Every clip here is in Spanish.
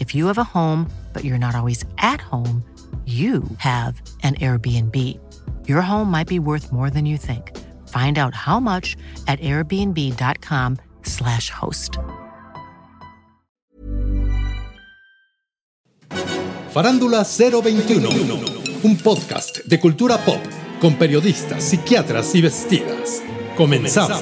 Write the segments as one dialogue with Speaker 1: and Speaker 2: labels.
Speaker 1: If you have a home, but you're not always at home, you have an Airbnb. Your home might be worth more than you think. Find out how much at airbnb.com/slash host.
Speaker 2: Farándula 021, un podcast de cultura pop con periodistas, psiquiatras y vestidas. Comenzamos.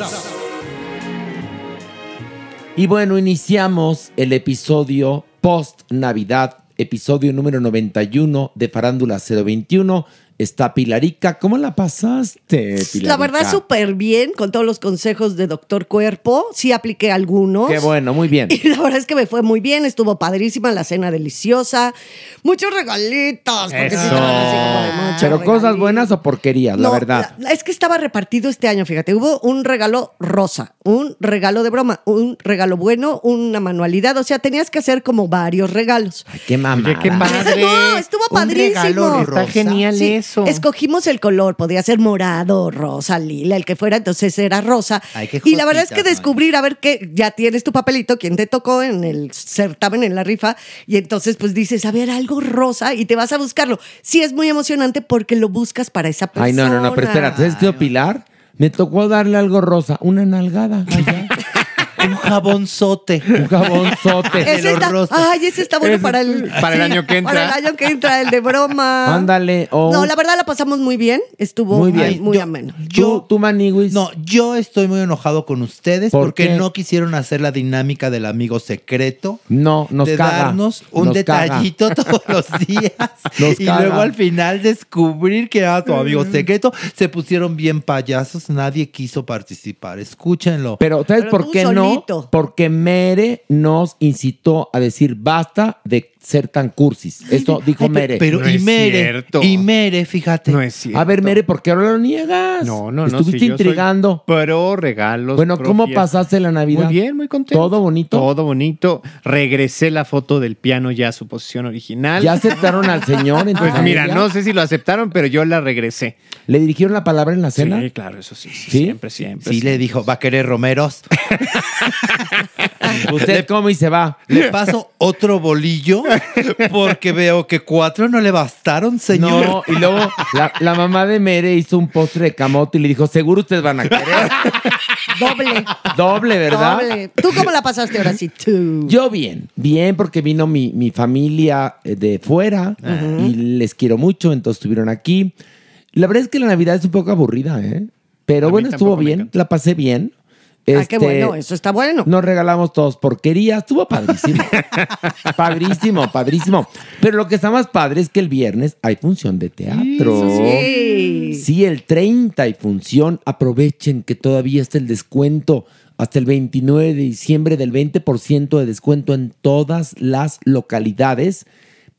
Speaker 3: Y bueno, iniciamos el episodio post Navidad, episodio número 91 de Farándula 021. Está Pilarica. ¿Cómo la pasaste, Pilarica?
Speaker 4: La verdad, súper bien, con todos los consejos de doctor Cuerpo. Sí apliqué algunos.
Speaker 3: Qué bueno, muy bien.
Speaker 4: Y la verdad es que me fue muy bien, estuvo padrísima, la cena deliciosa, muchos regalitos. Porque sí
Speaker 3: Eso.
Speaker 4: estaban así como de muchos
Speaker 3: Pero cosas
Speaker 4: regalitos.
Speaker 3: buenas o porquerías, la
Speaker 4: No,
Speaker 3: verdad.
Speaker 4: la- es que estaba repartido este año, fíjate, hubo un regalo rosa, un regalo de broma, un regalo bueno, una manualidad, o sea, tenías que hacer como varios regalos.
Speaker 3: Ay, qué
Speaker 5: Oye,
Speaker 3: mamada.
Speaker 5: qué padre.
Speaker 4: No, Ah, estuvo
Speaker 5: Un
Speaker 4: padrísimo.
Speaker 5: regalo
Speaker 4: Está
Speaker 5: rosa. genial
Speaker 4: Sí,
Speaker 5: eso.
Speaker 4: Escogimos el color, podía ser morado, rosa, lila, el que fuera, entonces era rosa.
Speaker 5: Ay, qué
Speaker 4: y la verdad es que
Speaker 5: jotitas,
Speaker 4: descubrir, a ver que ya tienes tu papelito, quién te tocó en el certamen, en la rifa, y entonces pues dices, a ver, algo rosa, y te vas a buscarlo. Sí, es muy emocionante porque lo buscas para esa persona.
Speaker 3: Ay, no, no, no, pero espera, ¿sabes qué, Pilar? Me tocó darle algo rosa, una nalgada. Allá.
Speaker 5: Un jabonzote.
Speaker 3: Un jabonzote.
Speaker 5: Es-
Speaker 4: Ese
Speaker 5: de los
Speaker 4: está,
Speaker 5: rosas.
Speaker 4: ay, ese está bueno
Speaker 3: Ese-
Speaker 4: para el,
Speaker 5: para el año que entra.
Speaker 4: Para el año que entra, el de broma.
Speaker 3: Ándale. oh. o
Speaker 4: No,
Speaker 3: un-
Speaker 4: la verdad la pasamos muy bien. Estuvo
Speaker 3: Muy
Speaker 4: muy,
Speaker 3: bien.
Speaker 4: muy
Speaker 5: Yo-
Speaker 4: ameno.
Speaker 3: Yo,
Speaker 5: Yo-
Speaker 3: tú, Maniwis.
Speaker 5: No, yo estoy muy enojado con ustedes
Speaker 3: ¿Por
Speaker 5: porque
Speaker 3: qué?
Speaker 5: no quisieron hacer la dinámica del amigo secreto.
Speaker 3: No, nos
Speaker 5: de
Speaker 3: caga.
Speaker 5: darnos un
Speaker 3: Nos caga.
Speaker 5: detallito todos los días
Speaker 3: Nos
Speaker 5: y
Speaker 3: caga. Mm.
Speaker 5: luego al final descubrir que era tu amigo secreto. Se pusieron bien payasos, nadie quiso participar. Escúchenlo.
Speaker 3: Pero ¿sabes
Speaker 4: Pero
Speaker 3: por
Speaker 4: tú
Speaker 3: qué no?
Speaker 4: solito.
Speaker 3: Porque Mere nos incitó a decir basta de ser tan cursis. Esto dijo
Speaker 5: Ay, pe-
Speaker 3: Mere.
Speaker 5: Pero
Speaker 6: No
Speaker 5: y
Speaker 6: es
Speaker 5: Mere,
Speaker 6: cierto.
Speaker 5: y Mere, fíjate.
Speaker 6: No es cierto.
Speaker 3: a ver, Mere, ¿por qué ahora lo niegas?
Speaker 6: No, no, no.
Speaker 3: Estuviste
Speaker 6: sí, yo soy
Speaker 3: intrigando.
Speaker 6: Pro regalos.
Speaker 3: Bueno,
Speaker 6: pro
Speaker 3: ¿cómo
Speaker 6: fiesta.
Speaker 3: pasaste la Navidad?
Speaker 6: Muy bien, muy contento.
Speaker 3: ¿Todo bonito?
Speaker 6: Todo bonito. Regresé la foto del piano ya a su posición original.
Speaker 3: ¿Ya aceptaron al señor? en tu
Speaker 6: Pues mira,
Speaker 3: familia?
Speaker 6: no sé si lo aceptaron, pero yo la regresé.
Speaker 3: ¿Le dirigieron la palabra en la cena?
Speaker 6: Sí, claro, eso sí. sí,
Speaker 3: ¿Sí?
Speaker 6: Siempre, siempre.
Speaker 5: Sí, le
Speaker 6: siempre.
Speaker 5: dijo, va a querer Romeros.
Speaker 3: Usted come y se va.
Speaker 5: Le paso otro bolillo porque veo que cuatro no le bastaron, señor.
Speaker 3: No, y luego la, la mamá de Mere hizo un postre de camote y le dijo, seguro ustedes van a querer.
Speaker 4: Doble.
Speaker 3: Doble, ¿verdad?
Speaker 4: Doble. ¿Tú cómo la pasaste ahora sí? Tú.
Speaker 3: Yo bien, bien porque vino mi, mi familia eh, de fuera y les quiero mucho, entonces estuvieron aquí. La verdad es que la Navidad es un poco aburrida, ¿eh? Pero
Speaker 6: A mí
Speaker 3: bueno, estuvo
Speaker 6: tampoco me
Speaker 3: bien,
Speaker 6: encanta.
Speaker 3: la pasé bien. Este,
Speaker 4: Ah, qué bueno, eso está bueno.
Speaker 3: Nos regalamos todos porquerías, estuvo padrísimo. padrísimo, padrísimo. Pero lo que está más padre es que el viernes hay función de teatro.
Speaker 4: Sí.
Speaker 3: Sí, el 30 y función. Aprovechen que todavía está el descuento hasta el 29 de diciembre del 20% de descuento en todas las localidades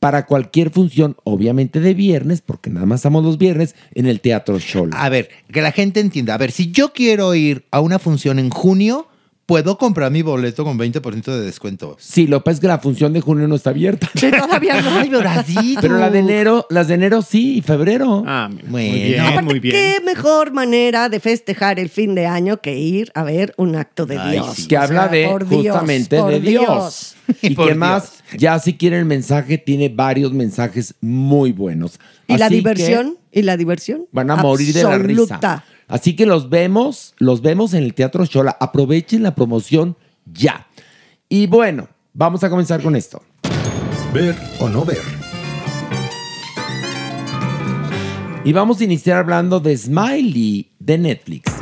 Speaker 3: para cualquier función, obviamente de viernes, porque nada más estamos los viernes, en el Teatro Shola.
Speaker 5: A ver, que la gente entienda. A ver, si yo quiero ir a una función en junio, ¿Puedo comprar mi boleto con 20% de descuento?
Speaker 3: Sí, lo que pasa es que la función de junio no está abierta.
Speaker 4: Todavía no.
Speaker 5: Ay, Doracito.
Speaker 3: Pero la de enero, las de enero sí, y febrero.
Speaker 6: Ah, mira, muy
Speaker 5: Bueno.
Speaker 6: bien, muy bien.
Speaker 4: Qué mejor manera de festejar el fin de año que ir a ver un acto de
Speaker 5: Ay,
Speaker 4: Dios.
Speaker 5: sí.
Speaker 3: Que
Speaker 4: O
Speaker 3: habla
Speaker 4: sea,
Speaker 3: de
Speaker 4: por Dios,
Speaker 3: justamente
Speaker 4: por
Speaker 3: de Dios. Y
Speaker 5: Por
Speaker 3: que más, ya si quieren el mensaje, tiene varios mensajes muy buenos.
Speaker 4: Y la
Speaker 3: Así que
Speaker 4: diversión, y la diversión.
Speaker 3: Van a morir de la risa.
Speaker 4: absoluta.
Speaker 3: Así que los vemos, los vemos en el Teatro Chola. Aprovechen la promoción ya. Y bueno, vamos a comenzar con esto.
Speaker 2: Ver o no ver.
Speaker 3: Y vamos a iniciar hablando de Smiley de Netflix.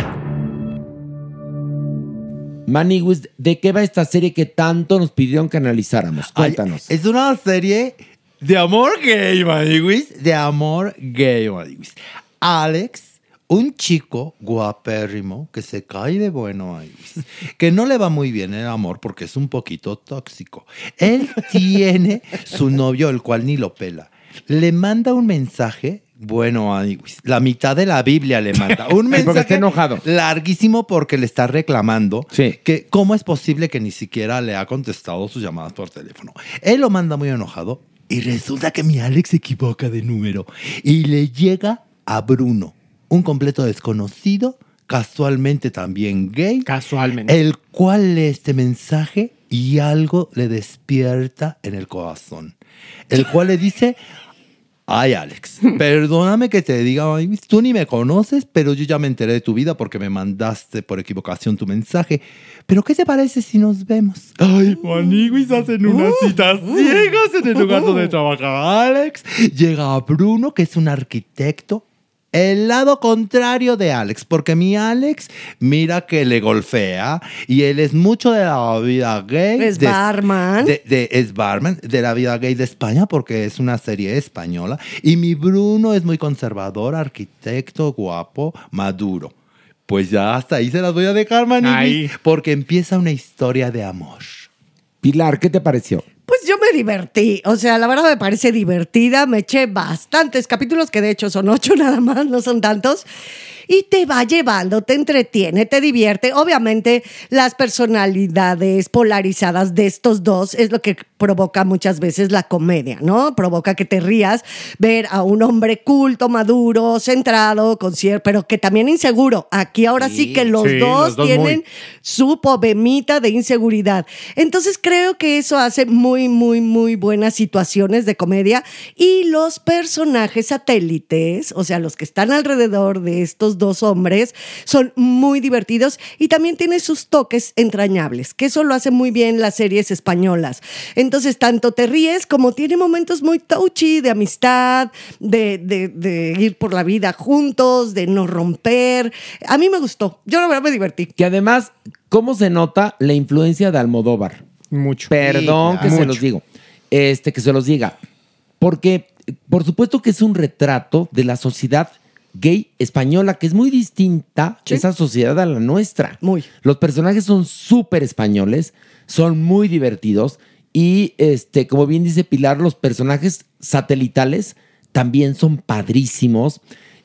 Speaker 3: Maniwis, ¿de qué va esta serie que tanto nos pidieron que analizáramos?
Speaker 5: Ay,
Speaker 3: Cuéntanos.
Speaker 5: es una serie de amor gay, Maniwis. De amor gay, Maniwis. Alex, un chico guapérrimo que se cae de bueno, Maniwis. Que no le va muy bien el amor porque es un poquito tóxico. Él tiene su novio, el cual ni lo pela. Le manda un mensaje. Bueno, Maniwis, la mitad de la Biblia le manda. Un
Speaker 3: porque
Speaker 5: mensaje
Speaker 3: está enojado.
Speaker 5: larguísimo porque le está reclamando
Speaker 3: Sí.
Speaker 5: que cómo es posible que ni siquiera le ha contestado sus llamadas por teléfono. Él lo manda muy enojado y resulta que mi Alex se equivoca de número y le llega a Bruno, un completo desconocido, casualmente también gay,
Speaker 6: Casualmente.
Speaker 5: el cual lee este mensaje y algo le despierta en el corazón, el cual le dice... Ay, Alex, perdóname que te diga, ay, tú ni me conoces, pero yo ya me enteré de tu vida porque me mandaste por equivocación tu mensaje. Pero ¿qué te parece si nos vemos? Uh, Ay, Juaniguis hacen unas citas ciegas en el lugar donde trabaja Alex. Llega Bruno, que es un arquitecto. El lado contrario de Alex, porque mi Alex mira que le golfea y él es mucho de la vida gay.
Speaker 4: Es
Speaker 5: de-
Speaker 4: barman.
Speaker 5: de- de- es barman de la vida gay de España porque es una serie española. Y mi Bruno es muy conservador, arquitecto, guapo, maduro. Pues ya hasta ahí se las voy a dejar,
Speaker 6: Ahí.
Speaker 5: Maniguis, porque empieza una historia de amor.
Speaker 3: Pilar, ¿qué te pareció?
Speaker 4: Pues yo me divertí, o sea, la verdad me parece divertida, me eché bastantes capítulos, que de hecho son ocho nada más, no son tantos, y te va llevando, te entretiene, te divierte. Obviamente las personalidades polarizadas de estos dos es lo que provoca muchas veces la comedia, ¿no? Provoca que te rías ver a un hombre culto, maduro, centrado, con cier- pero que también inseguro. Aquí ahora sí, que los,
Speaker 6: sí,
Speaker 4: dos
Speaker 6: los dos muy.
Speaker 4: tienen su pobemita de inseguridad. Entonces creo que eso hace muy, muy, muy buenas situaciones de comedia y los personajes satélites, o sea, los que están alrededor de estos dos hombres, son muy divertidos y también tiene sus toques entrañables, que eso lo hace muy bien las series españolas. Entonces, tanto te ríes como tiene momentos muy touchy de amistad, de, de- de ir por la vida juntos, de no romper. A mí me gustó, yo la verdad me divertí.
Speaker 3: Que además, ¿cómo se nota la influencia de Almodóvar?
Speaker 6: Mucho.
Speaker 3: Perdón
Speaker 5: claro.
Speaker 3: que se
Speaker 5: Mucho.
Speaker 3: los digo. Este, que se los diga. Porque, por supuesto que es un retrato de la sociedad gay española, que es muy distinta esa sociedad a la nuestra.
Speaker 4: Muy.
Speaker 3: Los personajes son súper españoles, son muy divertidos y, este, como bien dice Pilar, los personajes satelitales también son padrísimos.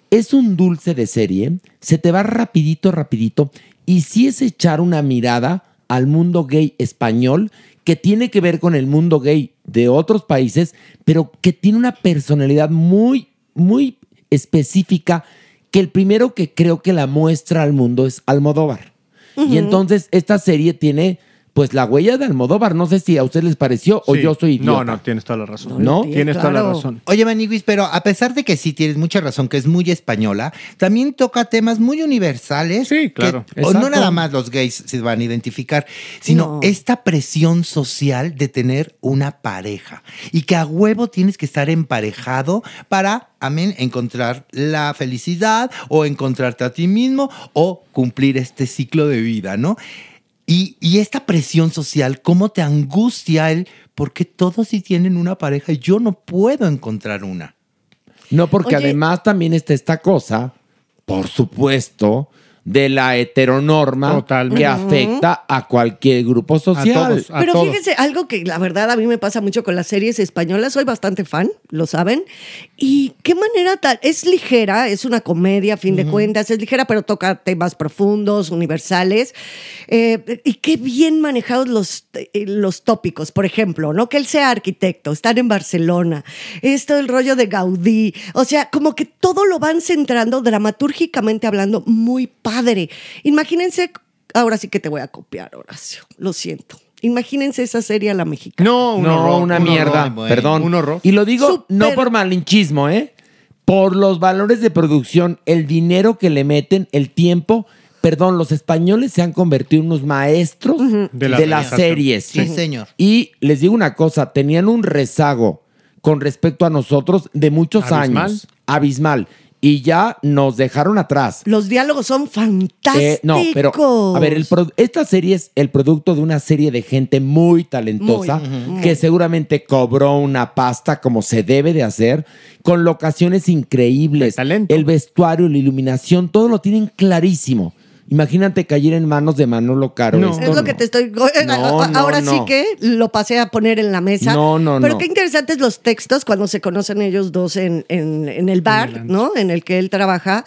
Speaker 3: Es un dulce de serie, se te va rapidito, rapidito y sí es echar una mirada al mundo gay español que tiene que ver con el mundo gay de otros países, pero que tiene una personalidad muy, muy específica que el primero que creo que la muestra al mundo es Almodóvar. Y entonces esta serie tiene pues la huella de Almodóvar. No sé si a ustedes les pareció o
Speaker 6: Sí.
Speaker 3: yo soy
Speaker 6: No,
Speaker 3: idiota.
Speaker 6: no, tienes toda la razón.
Speaker 3: No,
Speaker 6: Tienes toda la
Speaker 4: claro.
Speaker 6: razón.
Speaker 5: Oye, Maniguis, pero a pesar de que sí tienes mucha razón, que es muy española, también toca temas muy universales.
Speaker 6: Sí,
Speaker 5: que-
Speaker 6: claro.
Speaker 5: o
Speaker 3: Exacto.
Speaker 5: no nada más los gays se van a identificar, sino
Speaker 4: No.
Speaker 5: esta presión social de tener una pareja y que a huevo tienes que estar emparejado para, amén, encontrar la felicidad o encontrarte a ti mismo o cumplir este ciclo de vida, ¿no? Y, y esta presión social, ¿cómo te angustia el porque todos sí tienen una pareja y yo no puedo encontrar una?
Speaker 3: No, porque
Speaker 4: Oye.
Speaker 3: además también está esta cosa, por supuesto, de la heteronorma
Speaker 6: Totalmente.
Speaker 3: que
Speaker 4: Ujú.
Speaker 3: afecta a cualquier grupo social.
Speaker 6: todos, a
Speaker 4: Pero
Speaker 6: todos.
Speaker 4: fíjense, algo que la verdad a mí me pasa mucho con las series españolas, soy bastante fan, lo saben, y qué manera tan... Es ligera, es una comedia, a fin de cuentas, es ligera, pero toca temas profundos, universales, eh, y qué bien manejados los, eh, los tópicos, por ejemplo, ¿no? Que él sea arquitecto, estar en Barcelona, esto el rollo de Gaudí, o sea, como que todo lo van centrando dramatúrgicamente hablando, muy padre. Imagínense... Ahora sí que te voy a copiar, Horacio. Lo siento. Imagínense esa serie a la mexicana.
Speaker 6: No, un
Speaker 3: no,
Speaker 6: horror,
Speaker 3: una
Speaker 6: un horror,
Speaker 3: mierda.
Speaker 6: güey.
Speaker 3: Perdón.
Speaker 6: Un horror.
Speaker 3: Y lo digo
Speaker 4: Súper.
Speaker 3: no por malinchismo, ¿eh? Por los valores de producción, el dinero que le meten, el tiempo. Perdón, los españoles se han convertido en unos maestros de,
Speaker 6: De la-
Speaker 3: las
Speaker 6: Exacto.
Speaker 3: series.
Speaker 5: Sí, señor.
Speaker 3: Y les digo una cosa, tenían un rezago con respecto a nosotros de muchos
Speaker 6: Abismal.
Speaker 3: años. Abismal. Y ya nos dejaron atrás.
Speaker 4: Los diálogos son fantásticos.
Speaker 3: Eh, no, pero a ver, el pro- esta serie es el producto de una serie de gente muy talentosa
Speaker 4: Muy, ujú,
Speaker 3: que
Speaker 4: muy.
Speaker 3: seguramente cobró una pasta como se debe de hacer, con locaciones increíbles,
Speaker 6: De talento.
Speaker 3: el vestuario, la iluminación, todo lo tienen clarísimo. Imagínate caer en manos de Manolo Caro.
Speaker 6: No.
Speaker 3: esto
Speaker 4: es lo
Speaker 3: no.
Speaker 4: que te estoy.
Speaker 3: No, no,
Speaker 4: Ahora sí
Speaker 3: no.
Speaker 4: que lo pasé a poner en la mesa.
Speaker 3: No, no,
Speaker 4: Pero
Speaker 3: no.
Speaker 4: qué interesantes los textos cuando se conocen ellos dos en, en- en el bar, ¿no? En el que él trabaja.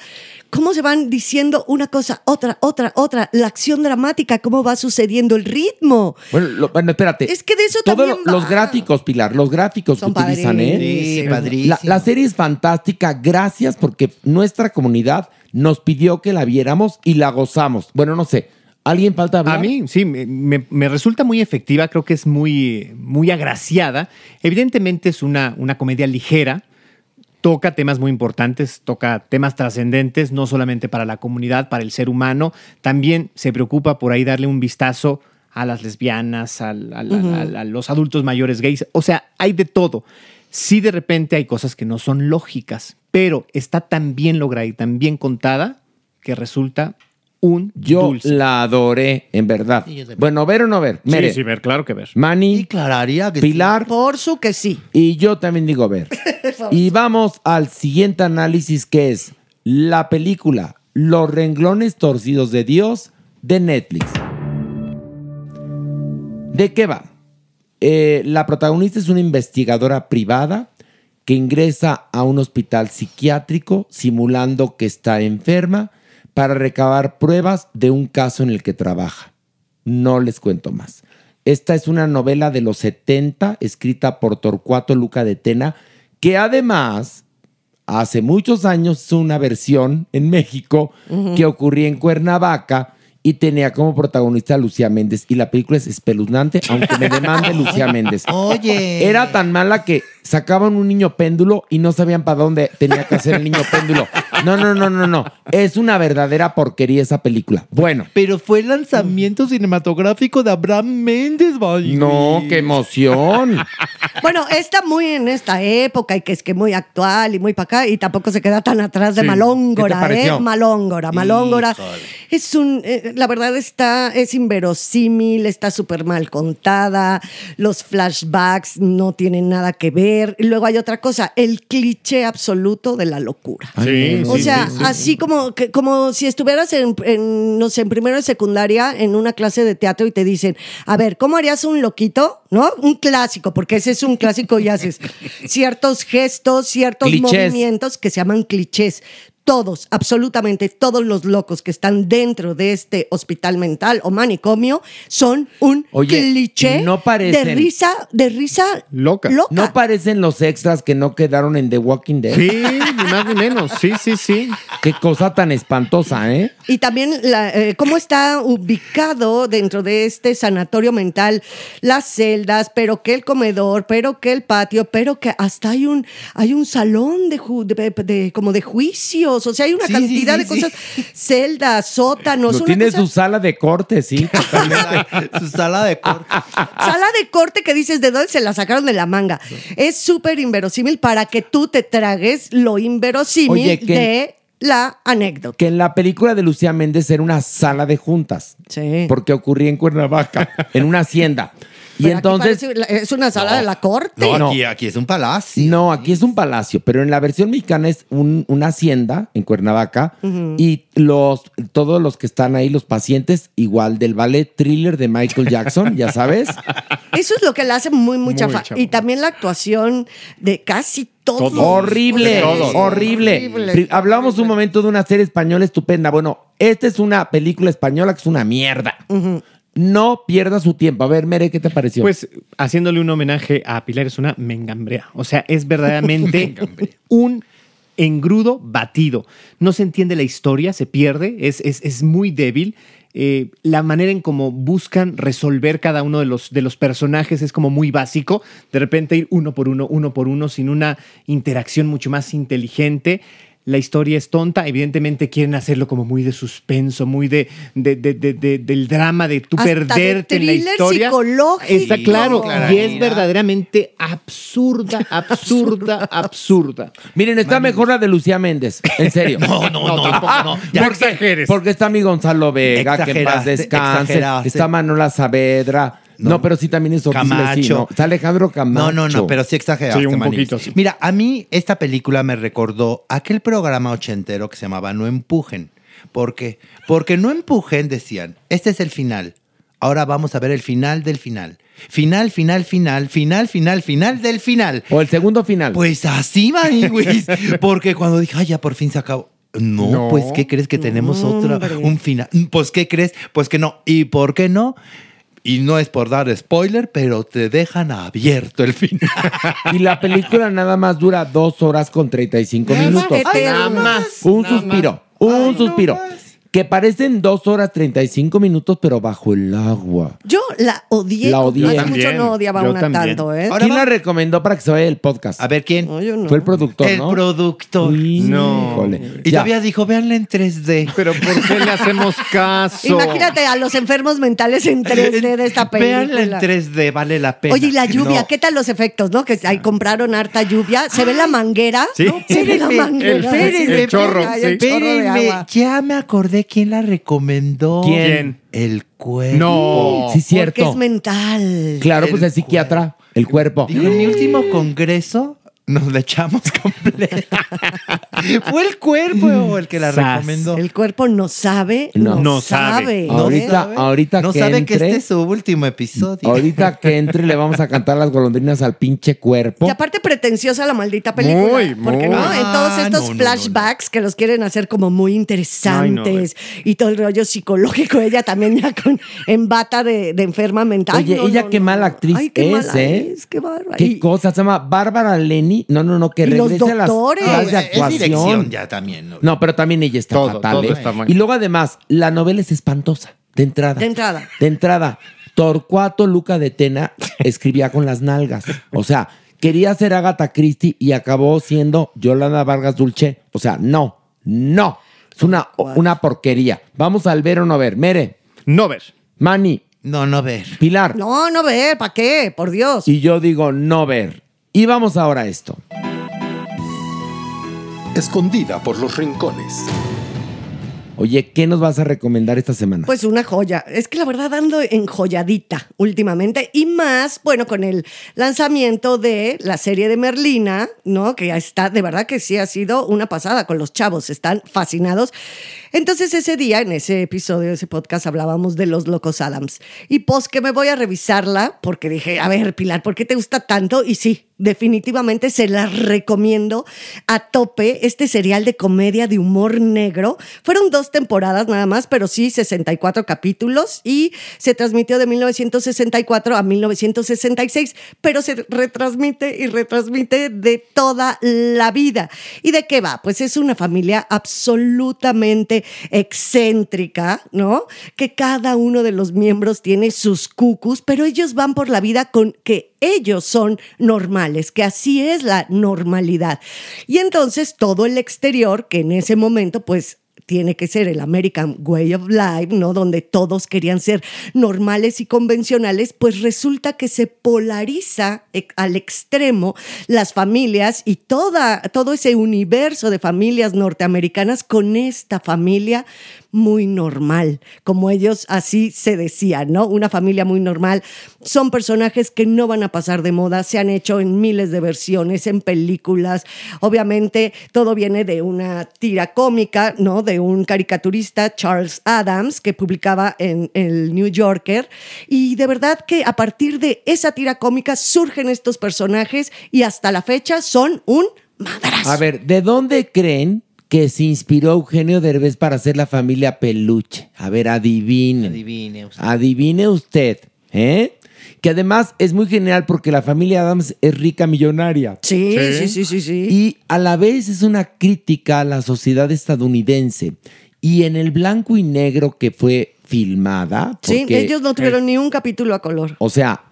Speaker 4: Cómo se van diciendo una cosa, otra, otra, otra. La acción dramática, cómo va sucediendo el ritmo.
Speaker 3: Bueno, lo- bueno, espérate.
Speaker 4: Es que de eso
Speaker 3: Todo
Speaker 4: también
Speaker 3: lo-
Speaker 4: va.
Speaker 3: los gráficos, Pilar, los gráficos
Speaker 4: Son
Speaker 3: que utilizan, ¿eh?
Speaker 5: Sí,
Speaker 4: Sí,
Speaker 5: padrísimo.
Speaker 3: La, la serie es fantástica, gracias porque nuestra comunidad nos pidió que la viéramos y la gozamos. Bueno, no sé, ¿alguien falta hablar?
Speaker 6: A mí, sí, me, me- me resulta muy efectiva, creo que es muy, muy agraciada. Evidentemente es una, una comedia ligera, toca temas muy importantes, toca temas trascendentes, no solamente para la comunidad, para el ser humano, también se preocupa por ahí darle un vistazo a las lesbianas, al- al- al- al- a los adultos mayores gays, o sea, hay de todo. Sí, de repente hay cosas que no son lógicas, pero está tan bien lograda y tan bien contada que resulta un
Speaker 3: Yo
Speaker 6: dulce.
Speaker 3: la adoré, en verdad. Bueno, ver o no ver. Mere,
Speaker 6: Sí, sí, ver, claro que ver.
Speaker 3: Manny,
Speaker 5: Y clararía que sí.
Speaker 3: Pilar
Speaker 4: Por su que sí.
Speaker 3: y yo también digo ver. y vamos al siguiente análisis que es la película Los renglones torcidos de Dios de Netflix. ¿De qué va? Eh, la protagonista es una investigadora privada que ingresa a un hospital psiquiátrico simulando que está enferma para recabar pruebas de un caso en el que trabaja. No les cuento más. Esta es una novela de los 70 escrita por Torcuato Luca de Tena, que además hace muchos años hizo una versión en México que ocurría en Cuernavaca y tenía como protagonista a Lucía Méndez. Y la película es espeluznante, aunque me demande Lucía Méndez.
Speaker 5: Oye.
Speaker 3: Era tan mala que sacaban un niño péndulo y no sabían para dónde tenía que hacer el niño péndulo. No, no, no, no, no. Es una verdadera porquería esa película. Bueno.
Speaker 5: Pero fue el lanzamiento cinematográfico de Abraham Méndez, vaya.
Speaker 3: No, qué emoción.
Speaker 4: Bueno, está muy en esta época y que es que muy actual y muy para acá y tampoco se queda tan atrás de
Speaker 3: Sí. ¿Qué te
Speaker 4: Malóngora,
Speaker 3: pareció?
Speaker 4: ¿eh? Malóngora, Malóngora.
Speaker 5: Híjole.
Speaker 4: Es un, eh, la verdad está, es inverosímil, está súper mal contada, los flashbacks no tienen nada que ver. Y luego hay otra cosa, el cliché absoluto de la locura.
Speaker 6: Sí,
Speaker 4: O
Speaker 6: sí,
Speaker 4: sea,
Speaker 6: sí,
Speaker 4: así como, que- como si estuvieras en, en, no sé, en primero de secundaria en una clase de teatro y te dicen, a ver, ¿cómo harías un loquito? ¿No? Un clásico, porque ese es un clásico y haces ciertos gestos, ciertos
Speaker 3: Clichés.
Speaker 4: movimientos que se llaman clichés. Todos, absolutamente todos los locos que están dentro de este hospital mental o manicomio son un
Speaker 3: Oye,
Speaker 4: cliché
Speaker 3: no parecen.
Speaker 4: de risa, de risa
Speaker 6: Loca.
Speaker 3: ¿No parecen los extras que no quedaron en The Walking Dead?
Speaker 6: Sí, ni más ni menos. Sí, sí, sí.
Speaker 3: Qué cosa tan espantosa, ¿eh?
Speaker 4: Y también la, eh, cómo está ubicado dentro de este sanatorio mental las celdas, pero que el comedor, pero que el patio, pero que hasta hay un, hay un salón de, ju- de- de- como de juicios, o sea, hay una
Speaker 5: Sí, sí,
Speaker 4: cantidad
Speaker 5: sí,
Speaker 4: de
Speaker 5: sí.
Speaker 4: cosas, celdas, sótanos,
Speaker 3: No
Speaker 4: una
Speaker 3: tiene
Speaker 4: cosa-
Speaker 3: su sala de corte, sí.
Speaker 5: Su sala de corte.
Speaker 4: sala de corte que dices de dónde se la sacaron de la manga. Es súper inverosímil para que tú te tragues lo inverosímil
Speaker 3: Oye, que-
Speaker 4: de la anécdota.
Speaker 3: que en la película de Lucía Méndez era una sala de juntas.
Speaker 4: Sí.
Speaker 3: Porque ocurría en Cuernavaca, en una hacienda. Y entonces...
Speaker 4: es una sala de la corte.
Speaker 5: No, aquí, aquí es un palacio.
Speaker 3: No, aquí es un palacio, pero en la versión mexicana es un- una hacienda en Cuernavaca y los, todos los que están ahí, los pacientes, igual del ballet thriller de Michael Jackson, ya sabes.
Speaker 4: Eso es lo que le hace muy, muy
Speaker 6: Muy
Speaker 4: chafa.
Speaker 6: chafa.
Speaker 4: Y también la actuación de casi todos.
Speaker 6: Todos.
Speaker 3: Horrible,
Speaker 6: De todos.
Speaker 3: horrible. Pri- Hablamos un momento de una serie española estupenda. Bueno, esta es una película española que es una mierda. No pierdas su tiempo. A ver, Mere, ¿qué te pareció?
Speaker 6: Pues haciéndole un homenaje a Pilar es una mengambrea. O sea, es verdaderamente un engrudo batido. No se entiende la historia, se pierde, es, es- es muy débil. Eh, la manera en cómo buscan resolver cada uno de los, de los personajes es como muy básico. De repente ir uno por uno, uno por uno, sin una interacción mucho más inteligente. La historia es tonta, evidentemente quieren hacerlo como muy de suspenso, muy de, de- de- de- de- del drama de tú
Speaker 4: Hasta de
Speaker 6: perderte en la
Speaker 4: thriller
Speaker 6: historia.
Speaker 4: psicológico.
Speaker 6: Está claro,
Speaker 5: Clara,
Speaker 6: y es
Speaker 5: mira.
Speaker 6: verdaderamente absurda, absurda, absurda.
Speaker 3: Miren, está mejor la de Lucía Méndez, en serio.
Speaker 5: No, no, no, tampoco, no. Ya
Speaker 6: Porque- exageres.
Speaker 3: Porque está mi Gonzalo Vega, que en paz
Speaker 5: Exageraste,
Speaker 3: descanse.
Speaker 5: exageraste.
Speaker 3: Está Manola Saavedra. No,
Speaker 5: No.
Speaker 3: pero sí también es horrible.
Speaker 5: Camacho.
Speaker 3: sí, ¿no? Está Alejandro Camacho.
Speaker 5: No, no, no, pero sí exageraste,
Speaker 6: Sí, un
Speaker 5: Manix.
Speaker 6: poquito, sí.
Speaker 5: Mira, a mí esta película me recordó aquel programa ochentero que se llamaba No empujen. ¿Por qué? Porque No empujen decían, este es el final. Ahora vamos a ver el final del final. Final, final, final, final, final, final del final.
Speaker 3: O el segundo final.
Speaker 5: Pues así, Maniwis. Porque cuando dije, ay, ya por fin se acabó. No,
Speaker 6: No.
Speaker 5: pues, ¿qué crees que tenemos otra? Un final. Pues, ¿qué crees? Pues que no. ¿Y por qué no? Y no es por dar spoiler, pero te dejan abierto el final.
Speaker 3: Y la película nada más dura dos horas con 35 minutos.
Speaker 4: Eterno.
Speaker 3: Un suspiro, un suspiro. Que parecen dos horas 35 minutos, pero bajo el agua.
Speaker 4: Yo la odié.
Speaker 3: La odié.
Speaker 4: Hace
Speaker 6: También,
Speaker 4: mucho no odiaba
Speaker 6: yo
Speaker 4: una
Speaker 6: también.
Speaker 4: tanto, ¿eh?
Speaker 5: Ahora
Speaker 3: ¿Quién la
Speaker 5: va-
Speaker 3: recomendó para que se vaya del podcast?
Speaker 5: A ver, ¿quién?
Speaker 4: No, yo no.
Speaker 3: Fue el productor,
Speaker 5: el
Speaker 3: ¿no?
Speaker 5: productor.
Speaker 6: No.
Speaker 3: Híjole.
Speaker 5: Y
Speaker 3: Ya.
Speaker 5: todavía dijo, véanla en 3D.
Speaker 6: Pero ¿por qué le hacemos caso?
Speaker 4: Imagínate a los enfermos mentales en 3D de esta película.
Speaker 5: Véanla en 3D, vale la pena.
Speaker 4: Oye, y la lluvia,
Speaker 5: No.
Speaker 4: ¿qué tal los efectos, no? Que ahí compraron harta lluvia. ¿Se ve la manguera?
Speaker 6: Ah. Sí.
Speaker 4: No, Se ve la
Speaker 5: Espérenme,
Speaker 4: manguera.
Speaker 6: espérenme, El chorro,
Speaker 4: Ay,
Speaker 6: sí.
Speaker 4: el chorro de
Speaker 5: Espérenme,
Speaker 4: agua.
Speaker 5: ya me acordé quién la recomendó.
Speaker 6: ¿Quién?
Speaker 5: El cuerpo.
Speaker 6: No.
Speaker 3: Sí, cierto.
Speaker 4: Porque es mental.
Speaker 3: Claro,
Speaker 5: El
Speaker 3: pues el psiquiatra, el cuerpo.
Speaker 5: Dijo, en mi último congreso nos la echamos completa. Fue el cuerpo el que la
Speaker 6: Sas.
Speaker 5: recomendó.
Speaker 4: El cuerpo no sabe, no,
Speaker 6: No
Speaker 4: sabe. ¿eh?
Speaker 6: sabe.
Speaker 5: No
Speaker 3: Ahorita-
Speaker 5: sabe-
Speaker 3: ahorita
Speaker 5: no
Speaker 3: que
Speaker 5: sabe que
Speaker 3: entre-
Speaker 5: este es su último episodio.
Speaker 3: Ahorita que entre le vamos a cantar las golondrinas al pinche cuerpo.
Speaker 4: Y aparte pretenciosa la maldita película.
Speaker 6: Muy,
Speaker 4: Porque
Speaker 6: muy.
Speaker 4: no, en todos
Speaker 5: Ah,
Speaker 4: estos
Speaker 5: no, no,
Speaker 4: flashbacks que los quieren hacer como muy interesantes y todo el rollo psicológico, ella también ya con en bata de, de enferma mental.
Speaker 3: Oye,
Speaker 4: No,
Speaker 3: ella
Speaker 4: no,
Speaker 3: qué
Speaker 4: no,
Speaker 3: mala
Speaker 4: no.
Speaker 3: actriz
Speaker 4: Ay, qué
Speaker 3: es,
Speaker 4: mala
Speaker 3: ¿eh?
Speaker 4: es, qué bárbara.
Speaker 3: Qué
Speaker 4: Y-
Speaker 3: cosa se llama Bárbara Lenny. No, no, no, que
Speaker 4: Y los
Speaker 3: regrese a las
Speaker 4: doctores.
Speaker 3: clases de
Speaker 5: Ah, es dirección
Speaker 3: actuación.
Speaker 5: ya también. ¿no?
Speaker 3: No, pero también ella está
Speaker 6: Todo,
Speaker 3: fatal.
Speaker 6: todo
Speaker 3: ¿eh?
Speaker 6: está mal.
Speaker 3: Y luego, además, la novela es espantosa. De entrada.
Speaker 4: De entrada.
Speaker 3: De entrada. Torcuato Luca de Tena escribía con las nalgas. O sea, quería ser Agatha Christie y acabó siendo Yolanda Vargas Dulce. O sea, no, no. Es una, una porquería. Vamos al ver o no ver. Mere,
Speaker 6: No ver.
Speaker 3: Mani,
Speaker 5: No, no ver.
Speaker 3: Pilar.
Speaker 4: No, no ver, ¿para qué? Por Dios.
Speaker 3: Y yo digo no ver. Y vamos ahora a esto.
Speaker 2: Escondida por los rincones.
Speaker 3: Oye, ¿qué nos vas a recomendar esta semana?
Speaker 4: Pues una joya. Es que la verdad ando enjoyadita últimamente y más, bueno, con el lanzamiento de la serie de Merlina, ¿no? Que ya está, de verdad que sí ha sido una pasada con los chavos, están fascinados. Entonces ese día, en ese episodio de ese podcast, hablábamos de los locos Adams. Y pues que me voy a revisarla porque dije, a ver, Pilar, ¿por qué te gusta tanto? Y sí, definitivamente se las recomiendo a tope este serial de comedia de humor negro. Fueron dos temporadas nada más, pero sí 64 capítulos y se transmitió de 1964 a 1966, pero se retransmite y retransmite de toda la vida. ¿Y de qué va? Pues es una familia absolutamente excéntrica, ¿no? Que cada uno de los miembros tiene sus cucus, pero ellos van por la vida con que ellos son normales, que así es la normalidad. Y entonces todo el exterior, que en ese momento pues tiene que ser el American Way of Life, ¿no? Donde todos querían ser normales y convencionales, pues resulta que se polariza e- al extremo las familias y toda, todo ese universo de familias norteamericanas con esta familia muy normal, como ellos así se decían, ¿no? Una familia muy normal. Son personajes que no van a pasar de moda, se han hecho en miles de versiones, en películas. Obviamente todo viene de una tira cómica, ¿no? De un caricaturista, Charles Adams, que publicaba en el New Yorker. Y de verdad que a partir de esa tira cómica surgen estos personajes y hasta la fecha son un madrazo.
Speaker 3: A ver, ¿de dónde creen que se inspiró Eugenio Derbez para hacer la familia Peluche? A ver, adivinen. Adivine usted. Adivine usted, ¿eh? Que además es muy genial porque la familia Adams es rica millonaria.
Speaker 4: Sí, sí, sí, sí, sí.
Speaker 3: Y a la vez es una crítica a la sociedad estadounidense. Y en el blanco y negro que fue filmada.
Speaker 4: Sí,
Speaker 3: porque-
Speaker 4: ellos no tuvieron ni un capítulo a color.
Speaker 3: o sea,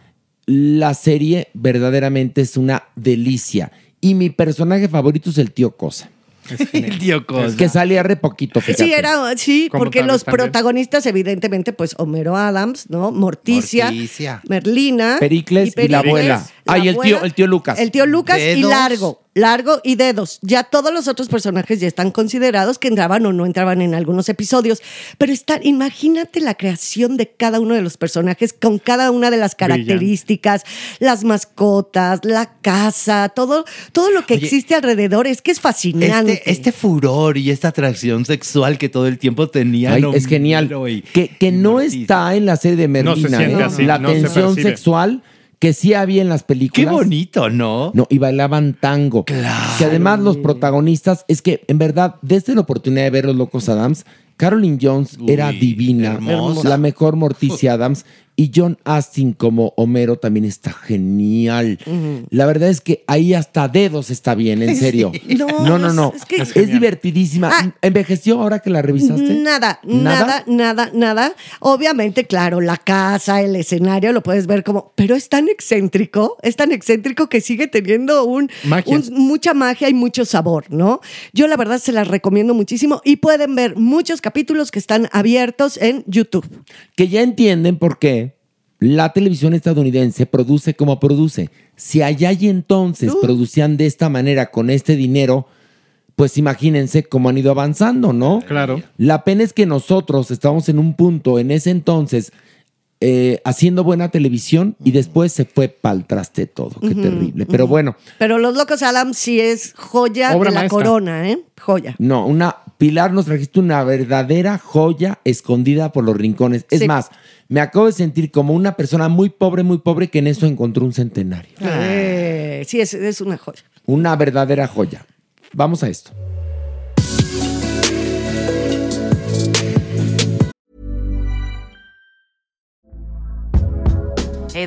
Speaker 3: la serie verdaderamente es una delicia. Y mi personaje favorito es el tío Cosa.
Speaker 5: El tío Cosa.
Speaker 3: Que salía re poquito, fíjate.
Speaker 4: Sí, era, sí,
Speaker 6: Como
Speaker 4: porque
Speaker 6: Tarzán
Speaker 4: los
Speaker 6: también.
Speaker 4: protagonistas, evidentemente, pues Homero Adams, ¿no? Morticia,
Speaker 5: Morticia.
Speaker 4: Merlina,
Speaker 3: Pericles y la abuela.
Speaker 4: la
Speaker 3: Ah, y el
Speaker 4: abuela,
Speaker 3: tío- el tío Lucas.
Speaker 4: El tío Lucas y
Speaker 5: Dedos.
Speaker 4: Largo. Largo y dedos. Ya todos los otros personajes ya están considerados que entraban o no entraban en algunos episodios. Pero está, imagínate la creación de cada uno de los personajes con cada una de las
Speaker 6: Brillante.
Speaker 4: características, las mascotas, la casa, todo, todo lo que
Speaker 5: Oye,
Speaker 4: existe alrededor. Es que es fascinante.
Speaker 5: Este, este furor y esta atracción sexual que todo el tiempo tenía.
Speaker 3: Ay,
Speaker 5: no,
Speaker 3: es genial.
Speaker 5: Homero y-
Speaker 3: Que, que
Speaker 5: y
Speaker 3: no
Speaker 5: Morticia.
Speaker 3: está en la serie de
Speaker 6: No se
Speaker 3: Merlina.
Speaker 6: siente
Speaker 3: ¿eh?
Speaker 6: así,
Speaker 3: la
Speaker 6: no se
Speaker 3: tensión
Speaker 6: percibe.
Speaker 3: sexual que sí había en las
Speaker 5: Qué
Speaker 3: películas.
Speaker 5: bonito, ¿no?
Speaker 3: No, y bailaban tango. Que además los protagonistas, es que en verdad, desde la oportunidad de ver Los Locos Adams, Carolyn Jones
Speaker 5: Uy,
Speaker 3: era divina,
Speaker 5: hermosa.
Speaker 3: la mejor Morticia Adams, y John Astin como Homero también está genial. La verdad es que ahí hasta dedos está bien, en serio.
Speaker 4: No,
Speaker 3: no, no, no.
Speaker 4: es
Speaker 3: Es,
Speaker 4: que- Es
Speaker 3: divertidísima.
Speaker 4: Ah.
Speaker 3: ¿Envejeció ahora que la revisaste?
Speaker 4: Nada, nada, nada, nada. Obviamente, claro, la casa, el escenario, lo puedes ver como, pero es tan excéntrico, es tan excéntrico que sigue teniendo un,
Speaker 6: Magia.
Speaker 4: un- mucha magia y mucho sabor, ¿no? Yo la verdad se las recomiendo muchísimo y pueden ver muchos capítulos que están abiertos en YouTube.
Speaker 3: que ya entienden por qué la televisión estadounidense produce como produce. Si allá y entonces
Speaker 4: Uh.
Speaker 3: producían de esta manera con este dinero, pues imagínense cómo han ido avanzando, ¿no?
Speaker 6: Claro.
Speaker 3: La pena es que nosotros estábamos en un punto en ese entonces eh, haciendo buena televisión y después se fue pa'l traste todo. Qué terrible. Pero bueno,
Speaker 4: Pero Los Locos Adam sí es joya
Speaker 6: Obra
Speaker 4: de la
Speaker 6: maestra.
Speaker 4: corona, ¿eh? Joya.
Speaker 3: No, una Pilar nos trajiste una verdadera joya escondida por los rincones. Es
Speaker 4: Sí.
Speaker 3: más, me acabo de sentir como una persona muy pobre, muy pobre que en eso encontró un centenario.
Speaker 7: Ah.
Speaker 4: Eh, sí, es, es una joya.
Speaker 3: Una verdadera joya. Vamos a esto.
Speaker 1: Hey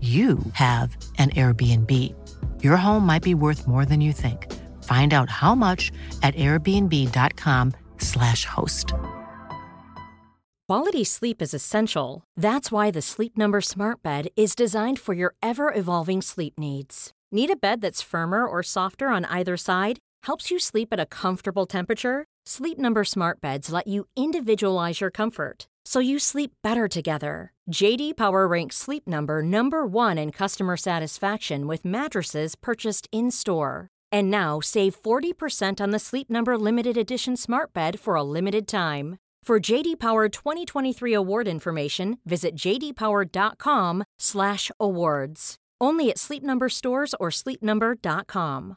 Speaker 1: you have an Airbnb. Your home might be worth more than you think. Find out how much at airbnb.com/slash host.
Speaker 8: Quality sleep is essential. That's why the Sleep Number Smart Bed is designed for your ever evolving sleep needs. Need a bed that's firmer or softer on either side? Helps you sleep at a comfortable temperature? Sleep Number Smart Beds let you individualize your comfort so you sleep better together. JD Power ranks Sleep Number number 1 in customer satisfaction with mattresses purchased in-store. And now save 40% on the Sleep Number limited edition Smart Bed for a limited time. For JD Power 2023 award information, visit jdpower.com/awards. Only at Sleep Number stores or sleepnumber.com.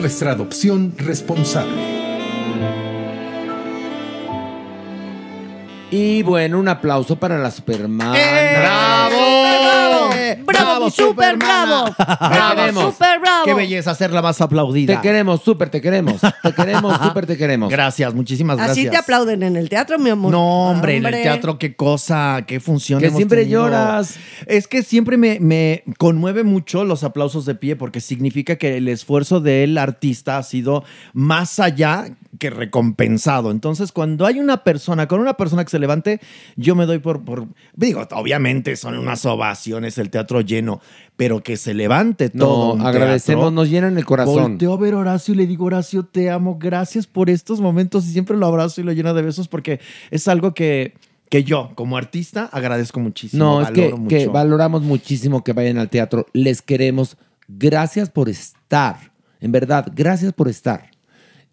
Speaker 5: Nuestra adopción responsable.
Speaker 3: Y bueno, un aplauso para la Superman.
Speaker 4: ¡Eh,
Speaker 7: ¡Bravo!
Speaker 4: ¡Bravo! ¡Bravo, mi super bravo! ¡Bravo,
Speaker 3: queremos.
Speaker 4: super bravo!
Speaker 7: ¡Qué belleza ser la más aplaudida!
Speaker 3: Te queremos, súper te queremos. Te queremos, súper te queremos.
Speaker 7: Gracias, muchísimas gracias.
Speaker 4: Así te aplauden en el teatro, mi amor.
Speaker 7: No, hombre, en el teatro qué cosa, qué función.
Speaker 3: Que
Speaker 7: hemos
Speaker 3: siempre
Speaker 7: tenido.
Speaker 3: lloras.
Speaker 7: Es que siempre me, me conmueve mucho los aplausos de pie porque significa que el esfuerzo del artista ha sido más allá que recompensado. Entonces, cuando hay una persona, con una persona que se levante, yo me doy por, por digo, obviamente son unas ovaciones, el teatro lleno, pero que se levante
Speaker 3: No,
Speaker 7: todo. un
Speaker 3: agradecemos,
Speaker 7: teatro.
Speaker 3: nos llenan el corazón.
Speaker 7: Volteo a ver a Horacio y le digo, Horacio, te amo, gracias por estos momentos. Y siempre lo abrazo y lo lleno de besos porque es algo que, que yo, como artista, agradezco muchísimo.
Speaker 3: No, es que,
Speaker 7: valoro
Speaker 3: que
Speaker 7: mucho.
Speaker 3: valoramos muchísimo que vayan al teatro. Les queremos. Gracias por estar. En verdad, gracias por estar.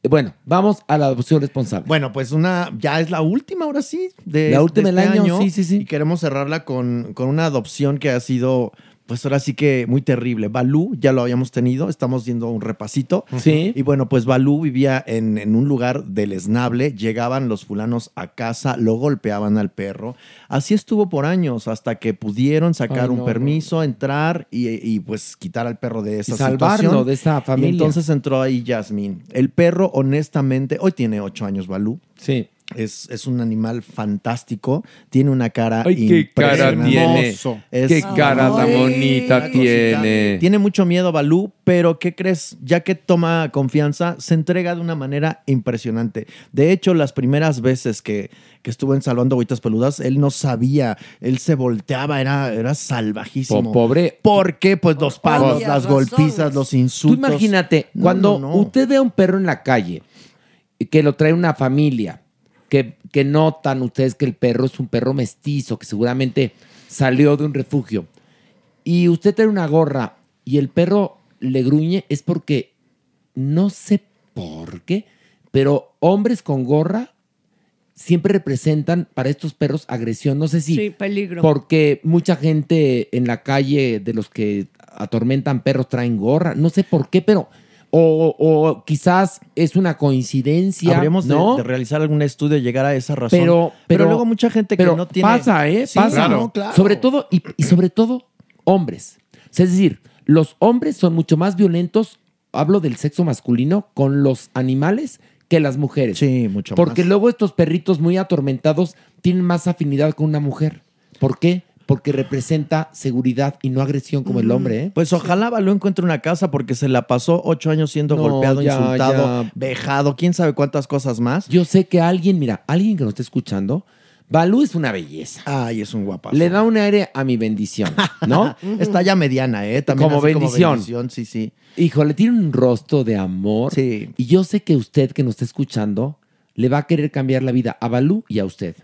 Speaker 3: Eh, Bueno, vamos a la adopción responsable.
Speaker 7: Bueno, pues una, ya es la última, ahora sí, de
Speaker 3: La última
Speaker 7: de este
Speaker 3: del año, sí, sí, sí.
Speaker 7: Y queremos cerrarla con, con una adopción que ha sido, pues ahora sí que muy terrible. Balú, ya lo habíamos tenido, estamos viendo un repasito.
Speaker 3: Sí.
Speaker 7: Y bueno, pues Balú vivía en, en un lugar deleznable, llegaban los fulanos a casa, lo golpeaban al perro. Así estuvo por años, hasta que pudieron sacar
Speaker 3: Ay,
Speaker 7: un
Speaker 3: no,
Speaker 7: permiso, entrar y, y, pues quitar al perro de esa
Speaker 3: salvarlo
Speaker 7: situación.
Speaker 3: de esa
Speaker 7: Y
Speaker 3: familia.
Speaker 7: entonces entró ahí Yasmín. El perro, honestamente, hoy tiene ocho años Balú.
Speaker 3: sí.
Speaker 7: Es, es un animal fantástico, tiene una cara
Speaker 9: Ay, qué cara
Speaker 7: impresionante.
Speaker 9: tiene.
Speaker 10: Hermoso.
Speaker 7: Es-
Speaker 9: Qué cara tan
Speaker 4: Ay.
Speaker 9: bonita
Speaker 7: Una cosita.
Speaker 9: tiene.
Speaker 7: Tiene mucho miedo Balú, pero ¿qué crees? Ya que toma confianza, se entrega de una manera impresionante. De hecho, las primeras veces que, que estuvo en Salvando Agüitas Peludas, él no sabía, él se volteaba, era, era salvajísimo.
Speaker 3: Po- pobre.
Speaker 7: Porque, pues, los palos,
Speaker 4: Obvias
Speaker 7: las
Speaker 4: razones.
Speaker 7: golpizas, los
Speaker 3: Tú
Speaker 7: insultos.
Speaker 3: imagínate,
Speaker 7: No,
Speaker 3: cuando
Speaker 7: no, no.
Speaker 3: usted ve a un perro en la calle, que lo trae una familia, que, que notan ustedes que el perro es un perro mestizo, que seguramente salió de un refugio, y usted trae una gorra y el perro le gruñe, es porque, no sé por qué, pero hombres con gorra siempre representan para estos perros agresión. No sé si
Speaker 4: Sí, peligro.
Speaker 3: porque mucha gente en la calle de los que atormentan perros traen gorra. No sé por qué, pero. O, o quizás es una coincidencia.
Speaker 7: Habríamos de-
Speaker 3: ¿no?
Speaker 7: de, realizar algún estudio y llegar a esa razón.
Speaker 3: Pero, pero,
Speaker 7: luego mucha gente
Speaker 3: pero
Speaker 7: que no tiene.
Speaker 3: Pasa, ¿eh?
Speaker 7: Sí,
Speaker 3: pasa.
Speaker 7: no, claro.
Speaker 3: Sobre todo, y, y sobre todo, hombres. O sea, es decir, los hombres son mucho más violentos, hablo del sexo masculino, con los animales que las mujeres.
Speaker 7: Sí, mucho
Speaker 3: Porque
Speaker 7: más.
Speaker 3: luego estos perritos muy atormentados tienen más afinidad con una mujer. ¿Por qué? Porque representa seguridad y no agresión como el hombre, ¿eh?
Speaker 7: Pues ojalá Balú encuentre una casa porque se la pasó ocho años siendo
Speaker 3: No,
Speaker 7: golpeado,
Speaker 3: ya,
Speaker 7: insultado,
Speaker 3: ya.
Speaker 7: vejado, quién sabe cuántas cosas más.
Speaker 3: Yo sé que alguien, mira, alguien que nos esté escuchando, Balú es una belleza.
Speaker 7: Ay, es un guapazo.
Speaker 3: Le da un aire a mi bendición, ¿no?
Speaker 7: Está ya mediana, ¿eh? También
Speaker 3: Como
Speaker 7: así
Speaker 3: bendición.
Speaker 7: Sí, sí.
Speaker 3: Híjole, tiene un rostro de amor.
Speaker 7: Sí.
Speaker 3: Y yo sé que usted que nos está escuchando le va a querer cambiar la vida a Balú y a usted.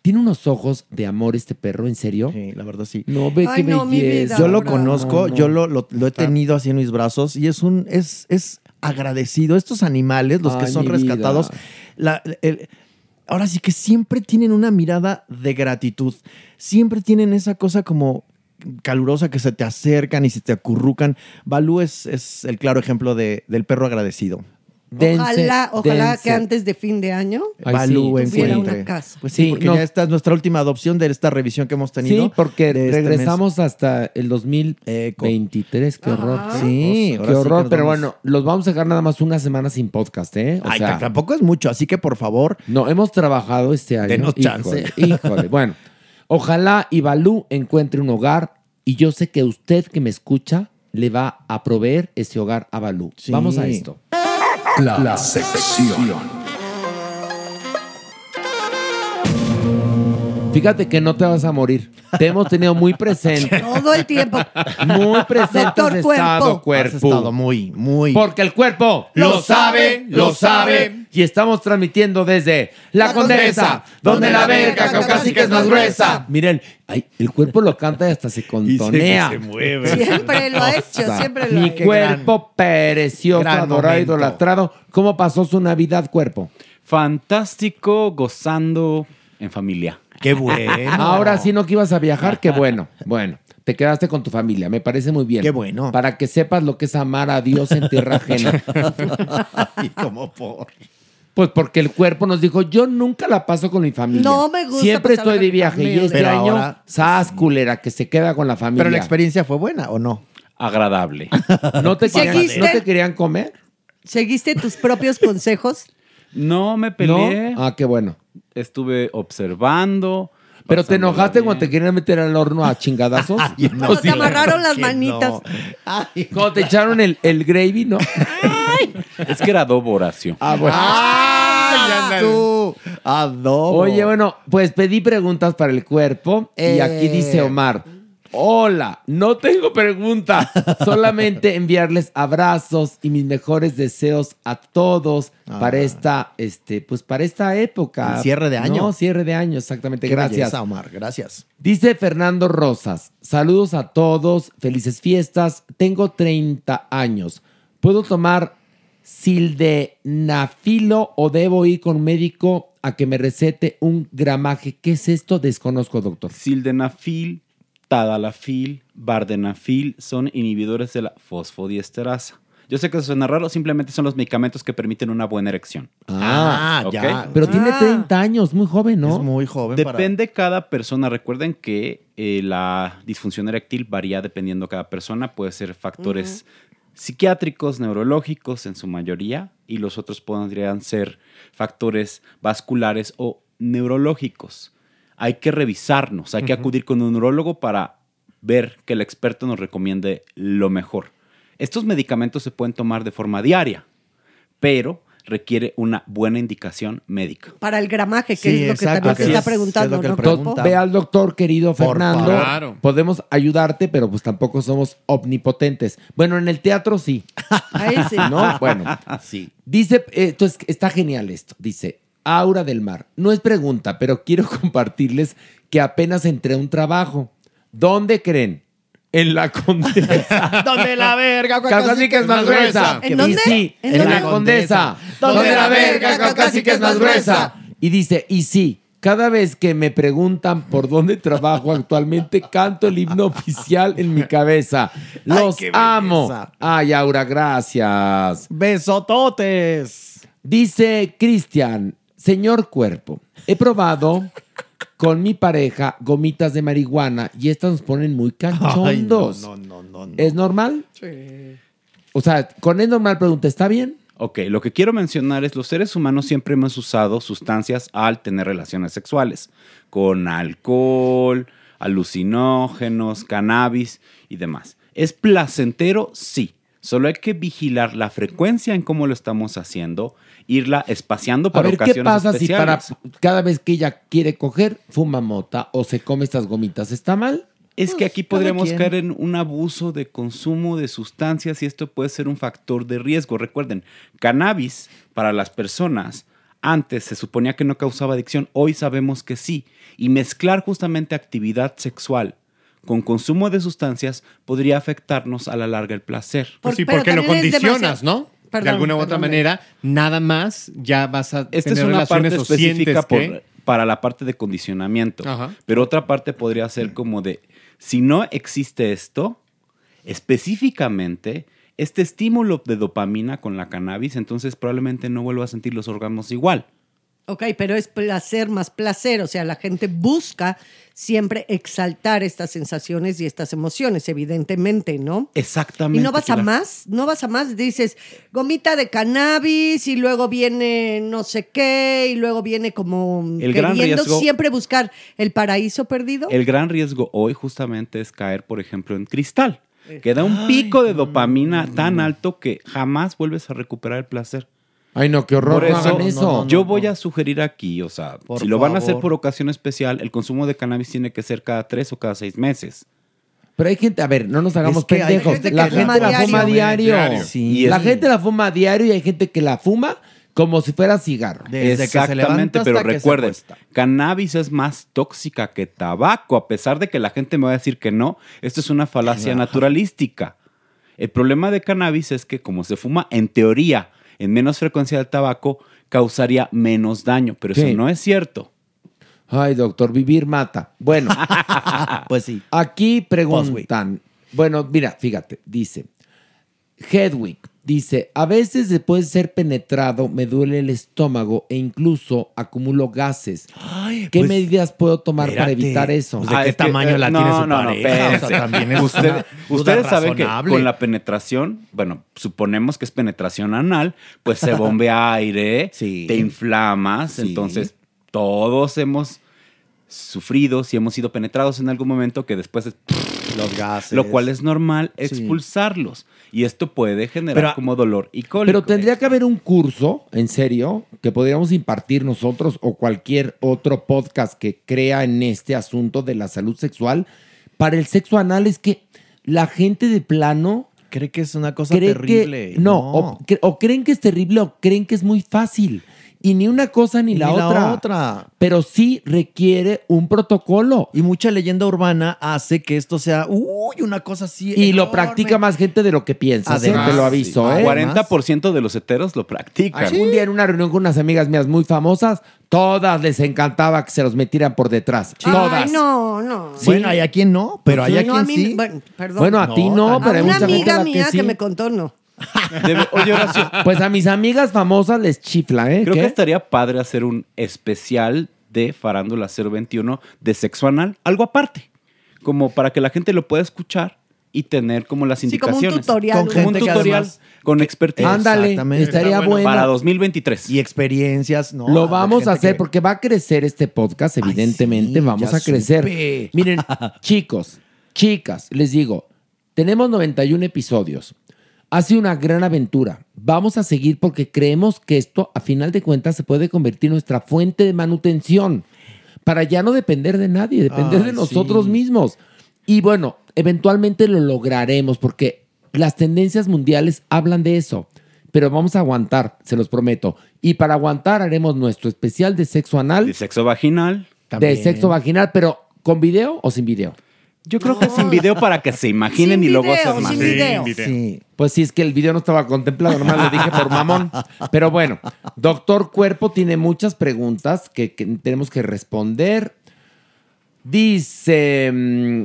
Speaker 3: Tiene unos ojos de amor este perro, ¿en serio?
Speaker 7: Sí, la verdad sí.
Speaker 3: No ve
Speaker 4: Ay,
Speaker 3: qué
Speaker 4: no, mi
Speaker 3: belleza.
Speaker 4: vida.
Speaker 7: Yo lo
Speaker 4: Ahora,
Speaker 7: conozco,
Speaker 3: no, no.
Speaker 7: yo lo, lo- lo he tenido así en mis brazos y es un es, es agradecido. Estos animales, los que
Speaker 3: Ay,
Speaker 7: son
Speaker 3: mi vida.
Speaker 7: rescatados, la- el- ahora sí que siempre tienen una mirada de gratitud. Siempre tienen esa cosa como calurosa que se te acercan y se te acurrucan. Balú es, es el claro ejemplo de- del perro agradecido.
Speaker 3: Dense,
Speaker 4: ojalá, ojalá
Speaker 3: dense.
Speaker 4: que antes de fin de año.
Speaker 3: Ay,
Speaker 7: Balú
Speaker 3: sí.
Speaker 4: Tuviera
Speaker 7: encuentre.
Speaker 4: una casa.
Speaker 7: Pues sí,
Speaker 3: Sí,
Speaker 7: porque
Speaker 3: no.
Speaker 7: ya esta es nuestra última adopción de esta revisión que hemos tenido.
Speaker 3: Sí, porque
Speaker 7: de este mes.
Speaker 3: regresamos hasta el 2023. Qué horror.
Speaker 4: Ajá.
Speaker 7: Sí,
Speaker 3: Qué
Speaker 7: ahora sí que
Speaker 3: horror,
Speaker 7: nos
Speaker 3: pero
Speaker 7: vamos.
Speaker 3: bueno, los vamos a dejar nada más una semana sin podcast, ¿eh? O
Speaker 7: Ay,
Speaker 3: sea,
Speaker 7: t- tampoco es mucho, así que por favor,
Speaker 3: No, hemos trabajado este año.
Speaker 7: Denos
Speaker 3: Híjole,
Speaker 7: chance.
Speaker 3: Híjole, bueno. Ojalá Ibalú encuentre un hogar y yo sé que usted que me escucha le va a proveer ese hogar a Balú.
Speaker 7: Sí.
Speaker 3: Vamos a esto.
Speaker 5: La, sección.
Speaker 3: Fíjate que no te vas a morir. Te hemos tenido muy presente.
Speaker 4: Todo el tiempo.
Speaker 3: Muy presente.
Speaker 4: Doctor
Speaker 3: has
Speaker 4: Cuerpo.
Speaker 3: estado,
Speaker 5: Has estado muy, muy.
Speaker 3: Porque el cuerpo
Speaker 5: Lo sabe, lo sabe.
Speaker 3: Y estamos transmitiendo desde La,
Speaker 4: La
Speaker 3: Condesa,
Speaker 4: Condesa,
Speaker 3: donde la verga
Speaker 4: verga
Speaker 3: caucásica es más gruesa. Miren, ay, el cuerpo lo canta y hasta se contonea.
Speaker 4: Siempre lo ha hecho, siempre lo ha
Speaker 3: Mi
Speaker 4: hecho.
Speaker 3: cuerpo pereció,
Speaker 5: gran
Speaker 3: adorado,
Speaker 5: momento.
Speaker 3: idolatrado. ¿Cómo pasó su Navidad, cuerpo?
Speaker 9: Fantástico, gozando en familia.
Speaker 5: Qué bueno.
Speaker 3: Ahora sí no que ibas a viajar, qué bueno. Bueno, te quedaste con tu familia, me parece muy bien.
Speaker 5: Qué bueno.
Speaker 3: Para que sepas lo que es amar a Dios en tierra ajena.
Speaker 5: Y como por.
Speaker 3: Pues porque el cuerpo nos dijo, yo nunca la paso con mi familia.
Speaker 4: No me gusta
Speaker 3: Siempre
Speaker 4: pasarla
Speaker 3: estoy
Speaker 4: con
Speaker 3: de
Speaker 4: mi
Speaker 3: viaje y
Speaker 4: familia.
Speaker 3: este
Speaker 5: Pero
Speaker 3: año,
Speaker 5: ahora- pues
Speaker 3: sas culera, que se queda con la familia.
Speaker 5: Pero la experiencia fue buena o no?
Speaker 9: Agradable.
Speaker 3: ¿No te, querían,
Speaker 4: ¿Seguiste?
Speaker 3: ¿No te querían comer?
Speaker 4: ¿Seguiste tus propios consejos?
Speaker 9: No me peleé.
Speaker 3: ¿No? Ah, qué bueno.
Speaker 9: Estuve observando.
Speaker 3: ¿Pero te
Speaker 9: pasándola
Speaker 3: enojaste
Speaker 9: bien.
Speaker 3: cuando te querían meter al horno a chingadazos?
Speaker 4: Cuando te amarraron las
Speaker 5: que no.
Speaker 4: manitas.
Speaker 5: Ay,
Speaker 3: cuando te echaron el, el gravy, ¿no?
Speaker 9: Es que era adobo, Horacio.
Speaker 3: Ah, bueno.
Speaker 7: Ah,
Speaker 5: ¡Ay, tú! Adobo.
Speaker 3: Oye, bueno, pues pedí preguntas para el cuerpo y
Speaker 5: Eh.
Speaker 3: aquí dice Omar. Hola, no tengo preguntas, solamente enviarles abrazos y mis mejores deseos a todos para esta, este, pues para esta época.
Speaker 5: Ah. El cierre de año.
Speaker 3: No, cierre de año, exactamente.
Speaker 5: Qué
Speaker 3: Gracias.
Speaker 5: belleza, Omar. Gracias.
Speaker 3: Dice Fernando Rosas, saludos a todos, felices fiestas, tengo 30 años. ¿Puedo tomar sildenafilo o debo ir con un médico a que me recete un gramaje? ¿Qué es esto? Desconozco, doctor.
Speaker 9: Sildenafil, tadalafil, bardenafil son inhibidores de la fosfodiesterasa. Yo sé que eso suena raro, simplemente son los medicamentos que permiten una buena erección.
Speaker 5: Ah,
Speaker 9: ok.
Speaker 5: ya.
Speaker 3: Pero tiene
Speaker 4: Ah.
Speaker 3: 30 años, muy joven, ¿no?
Speaker 5: Es muy joven.
Speaker 9: Depende cada persona. Recuerden que eh, la disfunción eréctil varía dependiendo cada persona. Puede ser factores psiquiátricos, neurológicos en su mayoría, y los otros podrían ser factores vasculares o neurológicos. Hay que revisarnos, hay que acudir con un neurólogo para ver que el experto nos recomiende lo mejor. Estos medicamentos se pueden tomar de forma diaria, pero requiere una buena indicación médica.
Speaker 4: Para el gramaje, que
Speaker 5: Sí,
Speaker 4: es lo que
Speaker 5: exacto,
Speaker 4: también
Speaker 5: que
Speaker 4: te está
Speaker 5: es- es
Speaker 4: preguntando,
Speaker 5: lo que
Speaker 4: ¿no?
Speaker 5: le
Speaker 3: Entonces,
Speaker 5: pregunta.
Speaker 3: ve al doctor, querido
Speaker 5: Por
Speaker 3: Fernando.
Speaker 5: favor.
Speaker 3: Claro. Podemos ayudarte, pero pues tampoco somos omnipotentes. Bueno, en el teatro sí,
Speaker 4: Ahí sí.
Speaker 3: ¿no? Bueno,
Speaker 5: para- Sí.
Speaker 3: Dice, eh, entonces está genial esto. Dice, Aura del Mar. No es pregunta, pero quiero compartirles que apenas entré a un trabajo. ¿Dónde creen? En la condesa.
Speaker 5: ¿Dónde la verga?
Speaker 3: Caucásica es más gruesa.
Speaker 4: ¿En dónde?
Speaker 3: Y sí,
Speaker 4: ¿En
Speaker 3: en,
Speaker 4: dónde?
Speaker 3: la condesa.
Speaker 4: ¿Dónde
Speaker 3: Donde la
Speaker 4: la
Speaker 3: verga
Speaker 4: verga
Speaker 3: caucásica es más gruesa. Y dice, y sí, cada vez que me preguntan por dónde trabajo actualmente, canto el himno oficial en mi cabeza. Los
Speaker 5: qué belleza.
Speaker 3: amo. Ay, Aura, gracias.
Speaker 5: Besototes.
Speaker 3: Dice Cristian, señor cuerpo, he probado con mi pareja gomitas de marihuana y estas nos ponen muy
Speaker 5: Ay, no,
Speaker 3: cachondos.
Speaker 5: no, no, no, no.
Speaker 3: ¿Es normal? Sí. O sea, con es normal pregunta, ¿está bien?
Speaker 9: Ok, lo que quiero mencionar es los seres humanos siempre hemos usado sustancias al tener relaciones sexuales, con alcohol, alucinógenos, cannabis y demás. ¿Es placentero? Sí. Solo hay que vigilar la frecuencia en cómo lo estamos haciendo, irla espaciando
Speaker 3: A
Speaker 9: para
Speaker 3: ver,
Speaker 9: ocasiones
Speaker 3: ¿qué pasa si para
Speaker 9: especiales.
Speaker 3: cada vez que ella quiere coger, fuma mota o se come estas gomitas? ¿Está mal?
Speaker 9: Es que
Speaker 3: Pues,
Speaker 9: aquí
Speaker 3: cada
Speaker 9: podríamos
Speaker 3: quien.
Speaker 9: caer en un abuso de consumo de sustancias y esto puede ser un factor de riesgo. Recuerden, cannabis para las personas antes se suponía que no causaba adicción, hoy sabemos que sí. Y mezclar justamente actividad sexual con consumo de sustancias podría afectarnos a la larga el placer.
Speaker 4: Por-
Speaker 6: Pues sí,
Speaker 4: pero
Speaker 6: porque lo
Speaker 4: también es
Speaker 6: condicionas,
Speaker 4: demasiado-
Speaker 6: ¿no? de
Speaker 4: Perdón,
Speaker 6: alguna u otra
Speaker 4: perdón.
Speaker 6: manera, nada más ya vas a
Speaker 9: Esta es
Speaker 6: tener
Speaker 9: una parte
Speaker 6: relaciones o
Speaker 9: específica
Speaker 6: sientes que-
Speaker 9: por- para la parte de condicionamiento.
Speaker 6: Ajá.
Speaker 9: Pero otra parte podría ser como de, si no existe esto, específicamente, este estímulo de dopamina con la cannabis, entonces probablemente no vuelva a sentir los órganos igual.
Speaker 4: Ok, pero es placer más placer. O sea, la gente busca siempre exaltar estas sensaciones y estas emociones, evidentemente, ¿no?
Speaker 9: Exactamente.
Speaker 4: Y no vas a
Speaker 9: Pilar.
Speaker 4: más, no vas a más, dices gomita de cannabis y luego viene no sé qué y luego viene como
Speaker 9: El gran
Speaker 4: queriendo
Speaker 9: riesgo-
Speaker 4: siempre buscar el paraíso perdido.
Speaker 9: El gran riesgo hoy justamente es caer, por ejemplo, en cristal, que da un pico de dopamina tan alto que jamás vuelves a recuperar el placer.
Speaker 3: Ay, no, qué horror.
Speaker 9: Por
Speaker 3: no
Speaker 9: eso,
Speaker 3: hagan eso.
Speaker 9: yo voy a sugerir aquí, o sea,
Speaker 5: Por
Speaker 9: si lo van a hacer
Speaker 5: favor.
Speaker 9: por ocasión especial, el consumo de cannabis tiene que ser cada tres o cada seis meses.
Speaker 3: Pero hay gente, a ver, no nos hagamos
Speaker 5: Es que hay
Speaker 3: pendejos.
Speaker 5: gente que
Speaker 3: la
Speaker 5: la
Speaker 3: gente
Speaker 5: fuma
Speaker 3: la fuma diario.
Speaker 5: diario.
Speaker 3: Sí. la gente la fuma diario y hay gente que la fuma como si fuera cigarro.
Speaker 5: Desde que se
Speaker 9: Exactamente,
Speaker 5: levanta hasta
Speaker 9: pero
Speaker 5: que se
Speaker 9: recuerden,
Speaker 5: acuesta.
Speaker 9: cannabis es más tóxica que tabaco, a pesar de que la gente me va a decir que no, esto es una falacia naturalística. El problema de cannabis es que como se fuma en teoría en menos frecuencia del tabaco, causaría menos daño, pero
Speaker 3: Sí.
Speaker 9: eso no es cierto.
Speaker 3: Ay, doctor, vivir mata. Bueno,
Speaker 5: Pues sí.
Speaker 3: aquí preguntan. Bueno, mira, fíjate, dice Hedwig. Dice, a veces después de ser penetrado me duele el estómago e incluso acumulo gases. ¿Qué
Speaker 5: pues,
Speaker 3: medidas puedo tomar para
Speaker 5: espérate.
Speaker 3: evitar eso?
Speaker 5: Pues, ¿de qué
Speaker 9: Ah, es que, eh,
Speaker 5: tamaño la tiene su pareja?
Speaker 9: espérense.
Speaker 5: O sea, también es
Speaker 9: Usted-
Speaker 5: una
Speaker 9: Ustedes
Speaker 5: duda
Speaker 9: saben que
Speaker 5: razonable.
Speaker 9: con la penetración, bueno, suponemos que es penetración anal, pues se bombea aire,
Speaker 5: Sí.
Speaker 9: te inflamas,
Speaker 5: Sí.
Speaker 9: entonces todos hemos sufrido, si hemos sido penetrados en algún momento que después, es-
Speaker 5: Los gases.
Speaker 9: lo cual es normal
Speaker 5: Sí.
Speaker 9: expulsarlos y esto puede generar
Speaker 5: Pero-
Speaker 9: como dolor y cólico.
Speaker 3: Pero tendría que haber un curso, en serio, que podríamos impartir nosotros o cualquier otro podcast que crea en este asunto de la salud sexual. Para el sexo anal es que la gente de plano
Speaker 7: Cree que es una cosa
Speaker 3: cree
Speaker 7: terrible.
Speaker 3: que... No, O, cre- o creen que es terrible o creen que es muy fácil. Y ni una cosa ni,
Speaker 7: Ni
Speaker 3: la, otra.
Speaker 7: otra.
Speaker 3: Pero sí requiere un protocolo.
Speaker 7: Y mucha leyenda urbana hace que esto sea, uy, una cosa así.
Speaker 3: Y lo
Speaker 7: enorme.
Speaker 3: practica más gente de lo que piensas. ¿eh?
Speaker 7: Además,
Speaker 3: Te lo aviso,
Speaker 7: sí.
Speaker 3: ¿eh?
Speaker 9: 40% de los heteros lo practican.
Speaker 3: Un día en una reunión con unas amigas mías muy famosas, todas les encantaba que se los metieran por detrás. Todas.
Speaker 4: Ay, no, no.
Speaker 7: Bueno, hay a quien no, pero hay a
Speaker 4: No, a
Speaker 7: quien
Speaker 4: mí,
Speaker 7: sí.
Speaker 4: bueno, perdón.
Speaker 3: Bueno, a ti
Speaker 7: tan-
Speaker 3: no, pero
Speaker 4: a
Speaker 3: hay
Speaker 4: una
Speaker 3: mucha gente a
Speaker 4: amiga
Speaker 3: la
Speaker 4: mía
Speaker 3: que,
Speaker 4: que,
Speaker 3: sí.
Speaker 4: me contó no.
Speaker 9: Debe- oye, Horacio,
Speaker 3: Pues a mis amigas famosas les chifla, ¿eh?
Speaker 9: Creo
Speaker 3: ¿Qué?
Speaker 9: que estaría padre hacer un especial de Farándula 021 de sexo anal, algo aparte, como para que la gente lo pueda escuchar y tener como las
Speaker 4: Sí, como un
Speaker 9: indicaciones.
Speaker 4: tutorial.
Speaker 7: Con
Speaker 9: Como un
Speaker 7: Gente que
Speaker 9: tutorial
Speaker 7: además-
Speaker 9: con expertise
Speaker 3: Ándale,
Speaker 7: Exactamente.
Speaker 3: estaría
Speaker 7: Está
Speaker 3: bueno.
Speaker 9: para 2023.
Speaker 7: Y experiencias, ¿no?
Speaker 3: Lo
Speaker 7: De
Speaker 3: vamos a
Speaker 7: gente
Speaker 3: hacer
Speaker 7: que-
Speaker 3: porque va a crecer este podcast,
Speaker 7: sí,
Speaker 3: evidentemente, vamos
Speaker 7: ya
Speaker 3: a crecer.
Speaker 7: supe.
Speaker 3: Miren, chicos, chicas, les digo, tenemos 91 episodios. Ha sido una gran aventura. Vamos a seguir porque creemos que esto, a final de cuentas, se puede convertir en nuestra fuente de manutención para ya no depender de nadie, depender
Speaker 7: Ay,
Speaker 3: de nosotros
Speaker 7: sí.
Speaker 3: mismos. Y bueno, eventualmente lo lograremos porque las tendencias mundiales hablan de eso. Pero vamos a aguantar, se los prometo. Y para aguantar haremos nuestro especial de sexo
Speaker 9: De
Speaker 3: anal,
Speaker 9: sexo vaginal.
Speaker 3: de
Speaker 7: También.
Speaker 3: sexo vaginal, pero con video o sin video.
Speaker 9: Yo creo que sin video para que se imaginen
Speaker 4: Sin
Speaker 9: y luego
Speaker 4: video,
Speaker 9: hacer más.
Speaker 4: sin video.
Speaker 7: Sí.
Speaker 3: Pues sí, es que el video no estaba contemplado, nomás lo dije por mamón. Pero bueno, doctor Cuerpo tiene muchas preguntas que, que tenemos que responder. Dice, mm,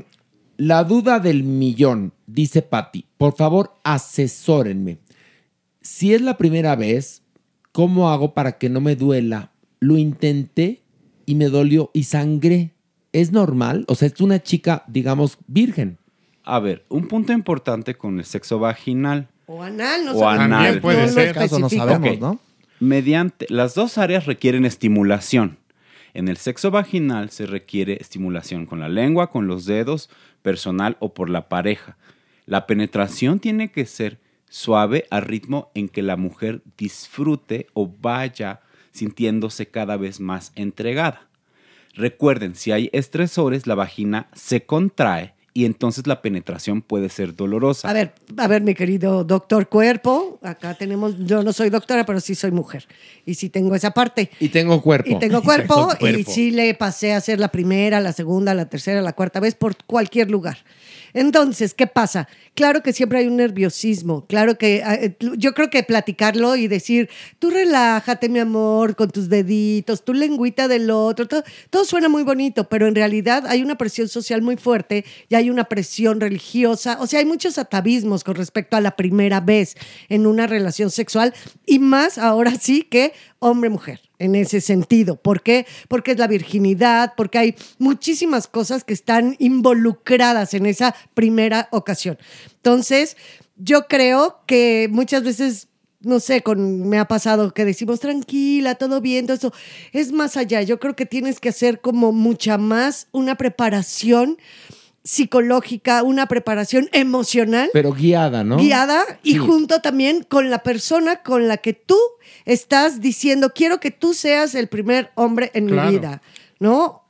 Speaker 3: la duda del millón, dice Patti, por favor asesórenme. Si es la primera vez, ¿cómo hago para que no me duela? Lo intenté y me dolió y sangré. ¿Es normal? O sea, es una chica, digamos, virgen.
Speaker 9: A ver, un punto importante con el sexo vaginal.
Speaker 4: O anal, no
Speaker 9: O
Speaker 4: sé.
Speaker 9: anal. También
Speaker 4: puede
Speaker 7: En
Speaker 4: ser.
Speaker 7: este caso no
Speaker 4: especifica.
Speaker 7: sabemos,
Speaker 9: Ok.
Speaker 7: ¿no?
Speaker 9: Mediante las dos áreas requieren estimulación. En el sexo vaginal se requiere estimulación con la lengua, con los dedos, personal o por la pareja. La penetración tiene que ser suave al ritmo en que la mujer disfrute o vaya sintiéndose cada vez más entregada. Recuerden, si hay estresores, la vagina se contrae y entonces la penetración puede ser dolorosa.
Speaker 4: A ver, a ver, mi querido doctor cuerpo, acá tenemos, yo no soy doctora, pero sí soy mujer. Y sí tengo esa parte.
Speaker 3: Y tengo cuerpo.
Speaker 4: Y tengo cuerpo,
Speaker 7: tengo cuerpo.
Speaker 4: y sí le pasé a hacer la primera, la segunda, la tercera, la cuarta vez por cualquier lugar. Entonces, ¿qué pasa? Claro que siempre hay un nerviosismo, claro que eh, yo creo que platicarlo y decir, tú relájate, mi amor, con tus deditos, tu lengüita del otro, todo, todo suena muy bonito, pero en realidad hay una presión social muy fuerte y hay una presión religiosa, o sea, hay muchos atavismos con respecto a la primera vez en una relación sexual y más ahora sí que hombre-mujer en ese sentido. ¿Por qué? Porque es la virginidad, porque hay muchísimas cosas que están involucradas en esa primera ocasión. Entonces, yo creo que muchas veces, no sé, con, me ha pasado que decimos tranquila, todo bien, todo eso. Es más allá, yo creo que tienes que hacer como mucha más una preparación psicológica, una preparación emocional
Speaker 3: Pero guiada, ¿no?
Speaker 4: guiada y
Speaker 3: Sí.
Speaker 4: junto también con la persona con la que tú estás diciendo, quiero que tú seas el primer hombre en
Speaker 3: Claro.
Speaker 4: mi vida, ¿no?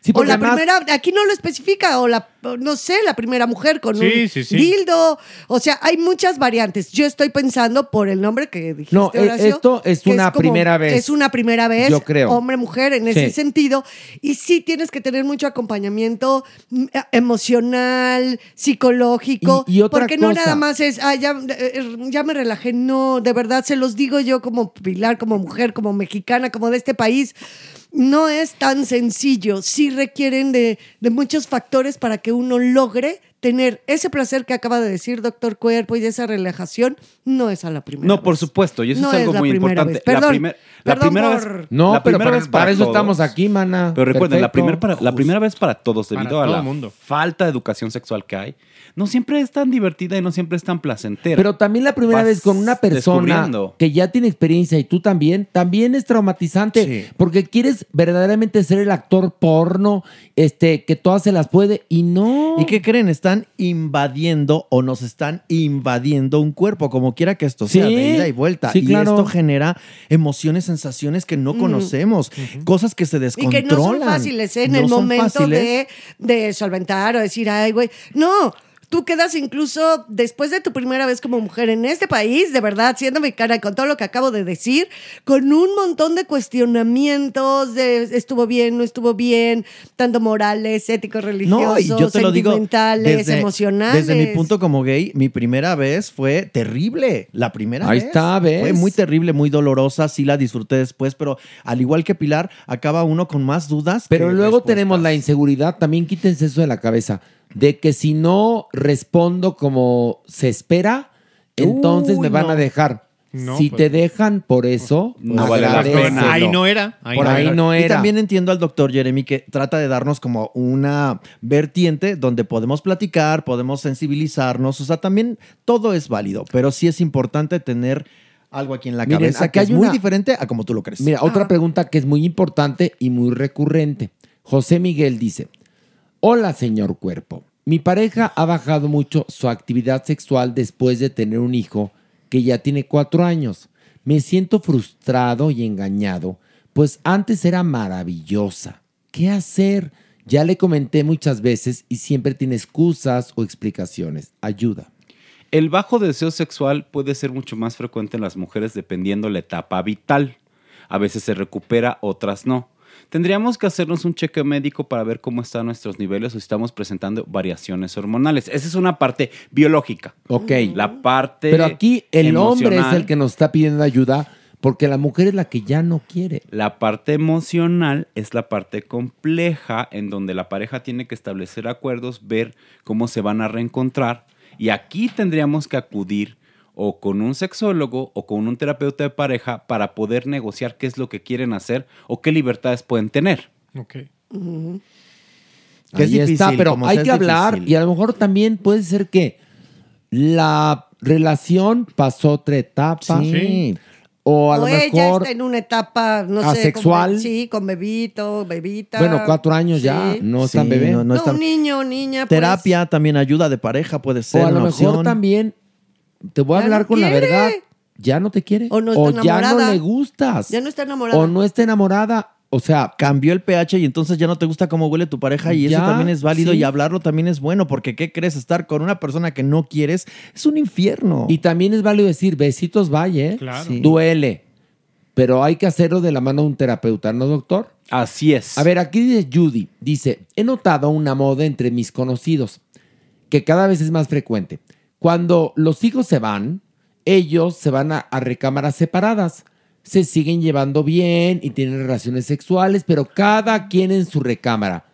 Speaker 3: Sí,
Speaker 4: o
Speaker 3: porque
Speaker 4: la
Speaker 3: además-
Speaker 4: primera, aquí no lo especifica, o la, o no sé, la primera mujer con
Speaker 3: Sí,
Speaker 4: un
Speaker 3: sí, sí.
Speaker 4: dildo. O sea, hay muchas variantes. Yo estoy pensando por el nombre que dijiste,
Speaker 3: No, e-
Speaker 4: Horacio,
Speaker 3: esto es
Speaker 4: que
Speaker 3: una primera vez.
Speaker 4: Es una primera vez,
Speaker 3: Yo creo.
Speaker 4: hombre-mujer, en ese
Speaker 3: Sí.
Speaker 4: sentido. Y sí tienes que tener mucho acompañamiento mm, eh, emocional, psicológico,
Speaker 3: Y- y otra
Speaker 4: porque no
Speaker 3: cosa.
Speaker 4: nada más es, ah, ya, eh, eh, ya me relajé, no, de verdad se los digo yo como Pilar, como mujer, como mexicana, como de este país. No es tan sencillo, sí requieren de, de muchos factores para que uno logre tener ese placer que acaba de decir doctor Cuerpo y de esa relajación, no es a la primera.
Speaker 9: No, por supuesto, y eso
Speaker 4: No
Speaker 9: es algo
Speaker 4: es la
Speaker 9: muy
Speaker 4: primera
Speaker 9: importante.
Speaker 4: vez. Perdón,
Speaker 9: la primer- la
Speaker 4: perdón
Speaker 9: primera
Speaker 4: por-
Speaker 9: vez.
Speaker 3: No,
Speaker 9: la
Speaker 3: pero
Speaker 9: primera
Speaker 3: para-
Speaker 9: vez
Speaker 3: para eso
Speaker 9: todos.
Speaker 3: estamos aquí, mana.
Speaker 9: Pero recuerden, la,
Speaker 3: Perfecto.
Speaker 9: primer para- la primera vez para todos,
Speaker 6: Para
Speaker 9: debido a
Speaker 6: todo
Speaker 9: la
Speaker 6: mundo.
Speaker 9: falta de educación sexual que hay, no siempre es tan divertida y no siempre es tan placentera.
Speaker 3: Pero también la primera
Speaker 9: Vas
Speaker 3: vez con una persona
Speaker 9: descubriendo.
Speaker 3: que ya tiene experiencia y tú también, también es traumatizante porque quieres verdaderamente ser el actor porno, este, que todas se las puede y no.
Speaker 7: ¿Y qué creen? Están invadiendo o nos están invadiendo un cuerpo, como quiera que esto sea,
Speaker 3: Sí.
Speaker 7: de ida y vuelta.
Speaker 3: Sí,
Speaker 7: y
Speaker 3: claro.
Speaker 7: esto genera emociones, sensaciones que no
Speaker 4: Mm.
Speaker 7: conocemos, cosas que se
Speaker 4: Y que
Speaker 7: descontrolan.
Speaker 4: no son fáciles ¿eh? en
Speaker 7: No
Speaker 4: el
Speaker 7: son
Speaker 4: momento
Speaker 7: fáciles.
Speaker 4: de, de solventar o decir, ay, güey. No, tú quedas incluso después de tu primera vez como mujer en este país, de verdad, siendo mexicana y con todo lo que acabo de decir, con un montón de cuestionamientos de estuvo bien, no estuvo bien, tanto morales, éticos, religiosos,
Speaker 7: No, y yo te lo digo
Speaker 4: sentimentales,
Speaker 7: desde,
Speaker 4: emocionales.
Speaker 7: Desde mi punto como gay, mi primera vez fue terrible. La primera
Speaker 3: Ahí
Speaker 7: vez.
Speaker 3: está, ¿ves?
Speaker 7: Fue muy terrible, muy dolorosa. Sí la disfruté después, pero al igual que Pilar, acaba uno con más dudas.
Speaker 3: Pero
Speaker 7: que
Speaker 3: luego tenemos la inseguridad, también quítense eso de la cabeza, de que si no respondo como se espera, entonces
Speaker 7: Uy,
Speaker 3: me van
Speaker 7: no.
Speaker 3: a dejar.
Speaker 7: No,
Speaker 3: si
Speaker 7: pues.
Speaker 3: te dejan por eso,
Speaker 7: No vale la
Speaker 3: agradécelo.
Speaker 7: pena. Ahí no
Speaker 6: era,
Speaker 3: por ahí no
Speaker 7: Y
Speaker 3: era.
Speaker 7: también entiendo al doctor Jeremy que trata de darnos como una vertiente donde podemos platicar, podemos sensibilizarnos. O sea, también todo es válido, pero sí es importante tener algo aquí en la
Speaker 3: Miren,
Speaker 7: cabeza
Speaker 3: aquí
Speaker 7: que
Speaker 3: hay
Speaker 7: es muy
Speaker 3: una-
Speaker 7: diferente a como tú lo crees.
Speaker 3: Mira, otra pregunta que es muy importante y muy recurrente. José Miguel dice, hola señor cuerpo, mi pareja ha bajado mucho su actividad sexual después de tener un hijo que ya tiene cuatro años. Me siento frustrado y engañado, pues antes era maravillosa. ¿Qué hacer? Ya le comenté muchas veces y siempre tiene excusas o explicaciones. Ayuda.
Speaker 9: El bajo deseo sexual puede ser mucho más frecuente en las mujeres dependiendo la etapa vital. A veces se recupera, otras no. Tendríamos que hacernos un cheque médico para ver cómo están nuestros niveles o si estamos presentando variaciones hormonales. Esa es una parte biológica.
Speaker 3: Ok.
Speaker 9: La parte.
Speaker 3: Pero aquí el hombre es
Speaker 9: emocional,
Speaker 3: el que nos está pidiendo ayuda porque la mujer es la que ya no quiere.
Speaker 9: La parte emocional es la parte compleja en donde la pareja tiene que establecer acuerdos, ver cómo se van a reencontrar. Y aquí tendríamos que acudir o con un sexólogo o con un terapeuta de pareja para poder negociar qué es lo que quieren hacer o qué libertades pueden tener.
Speaker 4: Ujú.
Speaker 9: Que es
Speaker 3: Ahí está,
Speaker 9: difícil,
Speaker 3: pero
Speaker 9: como
Speaker 3: hay
Speaker 9: sea,
Speaker 3: que
Speaker 9: es
Speaker 3: hablar
Speaker 9: difícil.
Speaker 3: y a lo mejor también puede ser que la relación pasó otra etapa.
Speaker 4: Sí.
Speaker 3: O a
Speaker 4: o
Speaker 3: lo
Speaker 4: ella
Speaker 3: mejor,
Speaker 4: está en una etapa, no sé.
Speaker 3: asexual.
Speaker 4: con- sí, con bebito, bebita.
Speaker 3: bueno, cuatro años ya,
Speaker 4: Ah, Sí.
Speaker 3: no
Speaker 7: Sí,
Speaker 3: están bebé.
Speaker 7: no- no
Speaker 4: No,
Speaker 7: están-
Speaker 4: niño, niña. pues,
Speaker 7: Terapia, también ayuda de pareja puede ser
Speaker 3: o a lo
Speaker 7: una
Speaker 3: mejor
Speaker 7: opción.
Speaker 3: también, te voy a
Speaker 4: Ya
Speaker 3: hablar
Speaker 4: no
Speaker 3: con la
Speaker 4: quiere.
Speaker 3: verdad, ya no te quiere.
Speaker 4: O no está
Speaker 3: ya no
Speaker 4: enamorada.
Speaker 3: le gustas.
Speaker 4: Ya no está enamorada.
Speaker 3: O no está enamorada. O sea,
Speaker 7: cambió el pH y entonces ya no te gusta cómo huele tu pareja y eso
Speaker 3: Ya,
Speaker 7: también es válido
Speaker 3: sí.
Speaker 7: y hablarlo también es bueno porque ¿qué crees? Estar con una persona que no quieres es un infierno.
Speaker 3: Y también es válido decir, besitos vaya, ¿eh?
Speaker 7: Claro.
Speaker 3: Sí. duele, pero hay que hacerlo de la mano de un terapeuta, ¿no, doctor?
Speaker 9: Así es.
Speaker 3: A ver, aquí dice Judy, dice, he notado una moda entre mis conocidos que cada vez es más frecuente. Cuando los hijos se van, ellos se van a, a recámaras separadas. Se siguen llevando bien y tienen relaciones sexuales, pero cada quien en su recámara.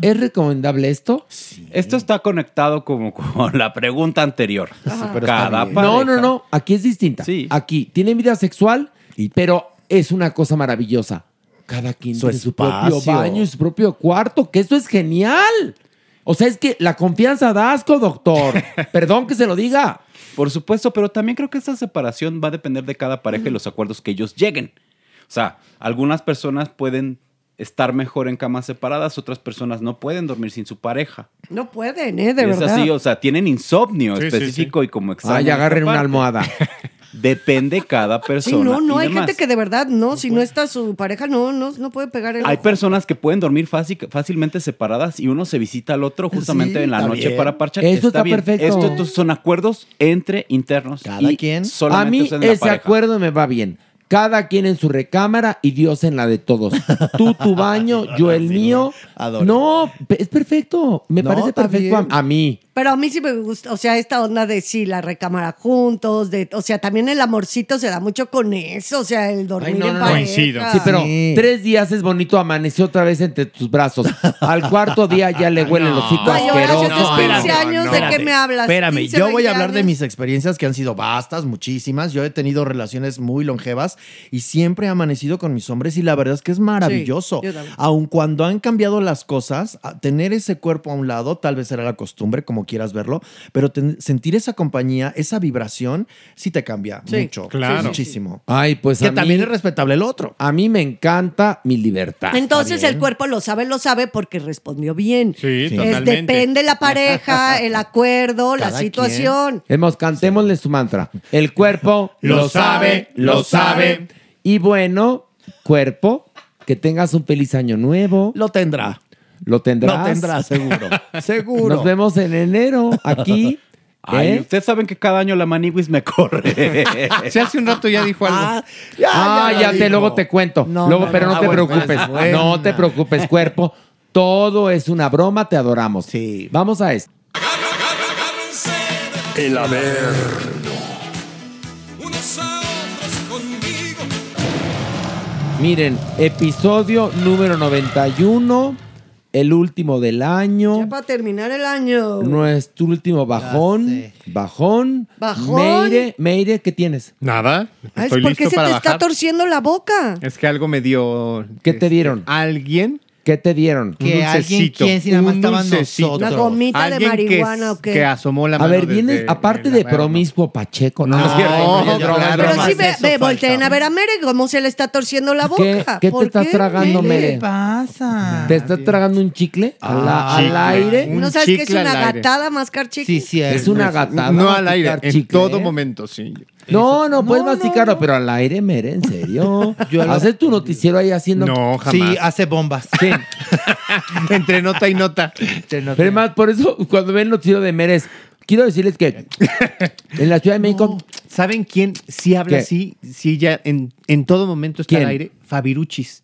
Speaker 3: ¿Es recomendable esto?
Speaker 9: Esto está conectado como con la pregunta anterior. Cada pareja.
Speaker 3: No, no, no. Aquí es distinta. Aquí tienen vida sexual, pero es una cosa maravillosa. Cada quien
Speaker 7: Su
Speaker 3: tiene su
Speaker 7: espacio.
Speaker 3: propio baño y su propio cuarto, que eso es genial. O sea, es que la confianza da asco, doctor. Perdón que se lo diga.
Speaker 9: Por supuesto, pero también creo que esta separación va a depender de cada pareja y los acuerdos que ellos lleguen. O sea, algunas personas pueden estar mejor en camas separadas, otras personas no pueden dormir sin su pareja.
Speaker 4: No pueden, ¿eh? De
Speaker 9: es
Speaker 4: verdad.
Speaker 9: así, o sea, tienen insomnio
Speaker 4: Sí, sí,
Speaker 9: específico y como examen.
Speaker 3: Ay, agarren una
Speaker 9: aparte.
Speaker 3: almohada.
Speaker 9: Depende cada
Speaker 4: Sí,
Speaker 9: persona.
Speaker 4: no, no,
Speaker 9: y
Speaker 4: hay
Speaker 9: demás.
Speaker 4: gente que de verdad no, si no está su pareja, no, no, no puede pegar el
Speaker 9: Hay
Speaker 4: ojo.
Speaker 9: personas que pueden dormir fácil- fácilmente separadas y uno se visita al otro justamente
Speaker 3: Sí,
Speaker 9: en la
Speaker 3: está
Speaker 9: noche
Speaker 3: bien.
Speaker 9: para parchar.
Speaker 3: Eso está
Speaker 9: bien.
Speaker 3: perfecto.
Speaker 9: Esto, estos son acuerdos entre internos. Cada quien.
Speaker 3: A
Speaker 9: Solamente
Speaker 3: mí
Speaker 9: ustedes en la
Speaker 3: ese
Speaker 9: pareja.
Speaker 3: acuerdo me va bien. Cada quien en su recámara y Dios en la de todos. Tú tu baño, yo el mío. No, pe- es perfecto. Me
Speaker 4: No,
Speaker 3: parece
Speaker 4: está
Speaker 3: perfecto a,
Speaker 4: bien.
Speaker 3: a mí.
Speaker 4: Pero a mí sí me gusta, o sea, esta onda de sí, la recámara juntos, de, o sea, también el amorcito se da mucho con eso, o sea, el dormir en pareja.
Speaker 3: Sí, pero tres días es bonito, amaneció otra vez entre tus brazos. Al cuarto día ya le huele los hocico
Speaker 4: Ay, ahora
Speaker 3: asqueroso.
Speaker 4: yo tus 15 años, ¿de qué me hablas?
Speaker 7: Espérame,
Speaker 4: 15,
Speaker 7: yo voy
Speaker 4: 20
Speaker 7: a hablar de
Speaker 4: años.
Speaker 7: mis experiencias que han sido vastas, muchísimas. Yo he tenido relaciones muy longevas y siempre he amanecido con mis hombres y la verdad es que es maravilloso.
Speaker 11: Sí, yo también.
Speaker 7: Aun cuando han cambiado las cosas, a- tener ese cuerpo a un lado, tal vez será la costumbre, como quieras verlo, pero ten- sentir esa compañía, esa vibración, sí te cambia
Speaker 3: Sí,
Speaker 7: mucho,
Speaker 3: claro.
Speaker 7: muchísimo.
Speaker 3: Ay, pues
Speaker 7: Que
Speaker 3: a mí-
Speaker 7: también es respetable el otro.
Speaker 3: A mí me encanta mi libertad.
Speaker 4: Entonces el cuerpo lo sabe, lo sabe porque respondió bien.
Speaker 3: Sí,
Speaker 4: Es depende la pareja, el acuerdo, la situación.
Speaker 3: Hemos cantémosle su mantra. El cuerpo
Speaker 4: Lo sabe,
Speaker 6: lo sabe.
Speaker 3: Y bueno, cuerpo, que tengas un feliz año nuevo. Lo tendrá. Lo tendrás.
Speaker 7: Lo tendrá, seguro. seguro.
Speaker 3: Nos vemos en enero aquí.
Speaker 9: Ay,
Speaker 3: ¿eh?
Speaker 9: ustedes saben que cada año la maniguis me corre.
Speaker 6: Si hace un rato ya dijo algo.
Speaker 3: ah, ya, te luego te cuento. luego,
Speaker 6: no,
Speaker 3: pero
Speaker 6: no.
Speaker 3: no, pues,
Speaker 6: Ah,
Speaker 3: te
Speaker 6: bueno,
Speaker 3: preocupes.
Speaker 6: es buena.
Speaker 3: No te preocupes, cuerpo. Todo es una broma, te adoramos. Sí. Vamos a esto.
Speaker 12: El averno. Unos a otros conmigo.
Speaker 3: Miren, episodio número 91, el último del año.
Speaker 4: Para terminar el año.
Speaker 3: Nuestro último bajón. Bajón.
Speaker 4: Bajón.
Speaker 3: Meire, Meire, ¿qué tienes?
Speaker 6: Nada.
Speaker 4: Ah, es
Speaker 6: Estoy
Speaker 4: porque
Speaker 6: listo
Speaker 4: se
Speaker 6: para
Speaker 4: te está
Speaker 6: bajar.
Speaker 4: torciendo la boca.
Speaker 6: Es que algo me dio. este,
Speaker 3: ¿Qué te dieron?
Speaker 6: ¿Alguien?
Speaker 3: ¿Qué te dieron?
Speaker 6: Un dulcecito. un dulcecito.
Speaker 4: Una gomita de
Speaker 6: Alguien que-
Speaker 4: marihuana o qué.
Speaker 6: Que asomó la
Speaker 3: a
Speaker 6: mano
Speaker 3: ver,
Speaker 6: desde-
Speaker 3: vienes, aparte de promiscuo Pacheco, no,
Speaker 6: No,
Speaker 3: no es cierto.
Speaker 6: no,
Speaker 3: es broma, es
Speaker 6: claro.
Speaker 3: broma.
Speaker 4: Pero sí, ve, ve, volteen a ver a Mere cómo se le está torciendo la boca.
Speaker 3: ¿Qué- qué te
Speaker 4: ¿Por
Speaker 3: estás tragando,
Speaker 4: ¿Qué le
Speaker 3: Mere?
Speaker 4: pasa?
Speaker 3: ¿Te estás
Speaker 6: Ah,
Speaker 3: tragando un chicle al,
Speaker 4: Ah,
Speaker 3: al
Speaker 4: chicle.
Speaker 3: aire?
Speaker 4: ¿No sabes que es una gatada mascar chicle?
Speaker 3: Es una gatada.
Speaker 6: No al aire,
Speaker 3: masticar
Speaker 6: en
Speaker 3: chicle,
Speaker 6: todo
Speaker 3: ¿eh?
Speaker 6: momento, sí.
Speaker 3: No, no, puedes masticarlo, pero al aire, Mere, en serio.
Speaker 6: Yo lo-
Speaker 3: Haces tu noticiero ahí haciendo.
Speaker 6: No, jamás. Sí,
Speaker 3: hace bombas. Sí.
Speaker 6: Entre nota y nota.
Speaker 3: Pero además, por eso, cuando ven el noticiero de Mere, es, quiero decirles que en la Ciudad de México.
Speaker 6: ¿Saben quién sí habla
Speaker 3: ¿Qué?
Speaker 6: así? Sí, ya en, en todo momento está
Speaker 3: ¿Quién?
Speaker 6: al aire. Fabiruchis.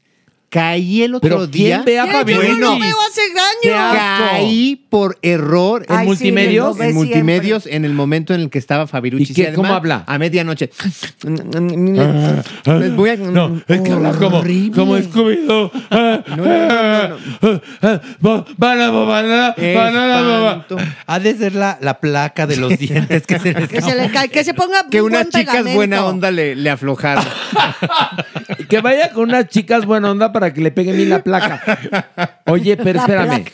Speaker 6: Caí el otro
Speaker 3: Pero
Speaker 6: día.
Speaker 3: ¿quién ve a
Speaker 4: Mira, yo no lo
Speaker 6: Bueno,
Speaker 4: veo hace
Speaker 6: Qué
Speaker 4: años.
Speaker 6: asco. Caí por error
Speaker 4: ¿En Ay, sí, multimedios? lo ve
Speaker 6: en
Speaker 4: siempre.
Speaker 6: multimedios, en el momento en el que estaba Fabiruchis.
Speaker 3: ¿Y qué?
Speaker 6: además,
Speaker 3: ¿Cómo habla?
Speaker 6: A medianoche.
Speaker 3: ah,
Speaker 6: Les voy a... No,
Speaker 3: es que habla como- como Scooby-Doo. Eh, Banana, banana, banana,
Speaker 5: Ha de ser la, la placa de los dientes que se les
Speaker 4: Que se le cae, que se ponga
Speaker 6: Que
Speaker 4: un
Speaker 6: unas
Speaker 4: buen
Speaker 6: chicas
Speaker 4: pegamento.
Speaker 6: buena onda le, le aflojaron.
Speaker 3: Que vaya con unas chicas buena onda para que le peguen bien la placa. Oye, pero
Speaker 4: La
Speaker 3: espérame.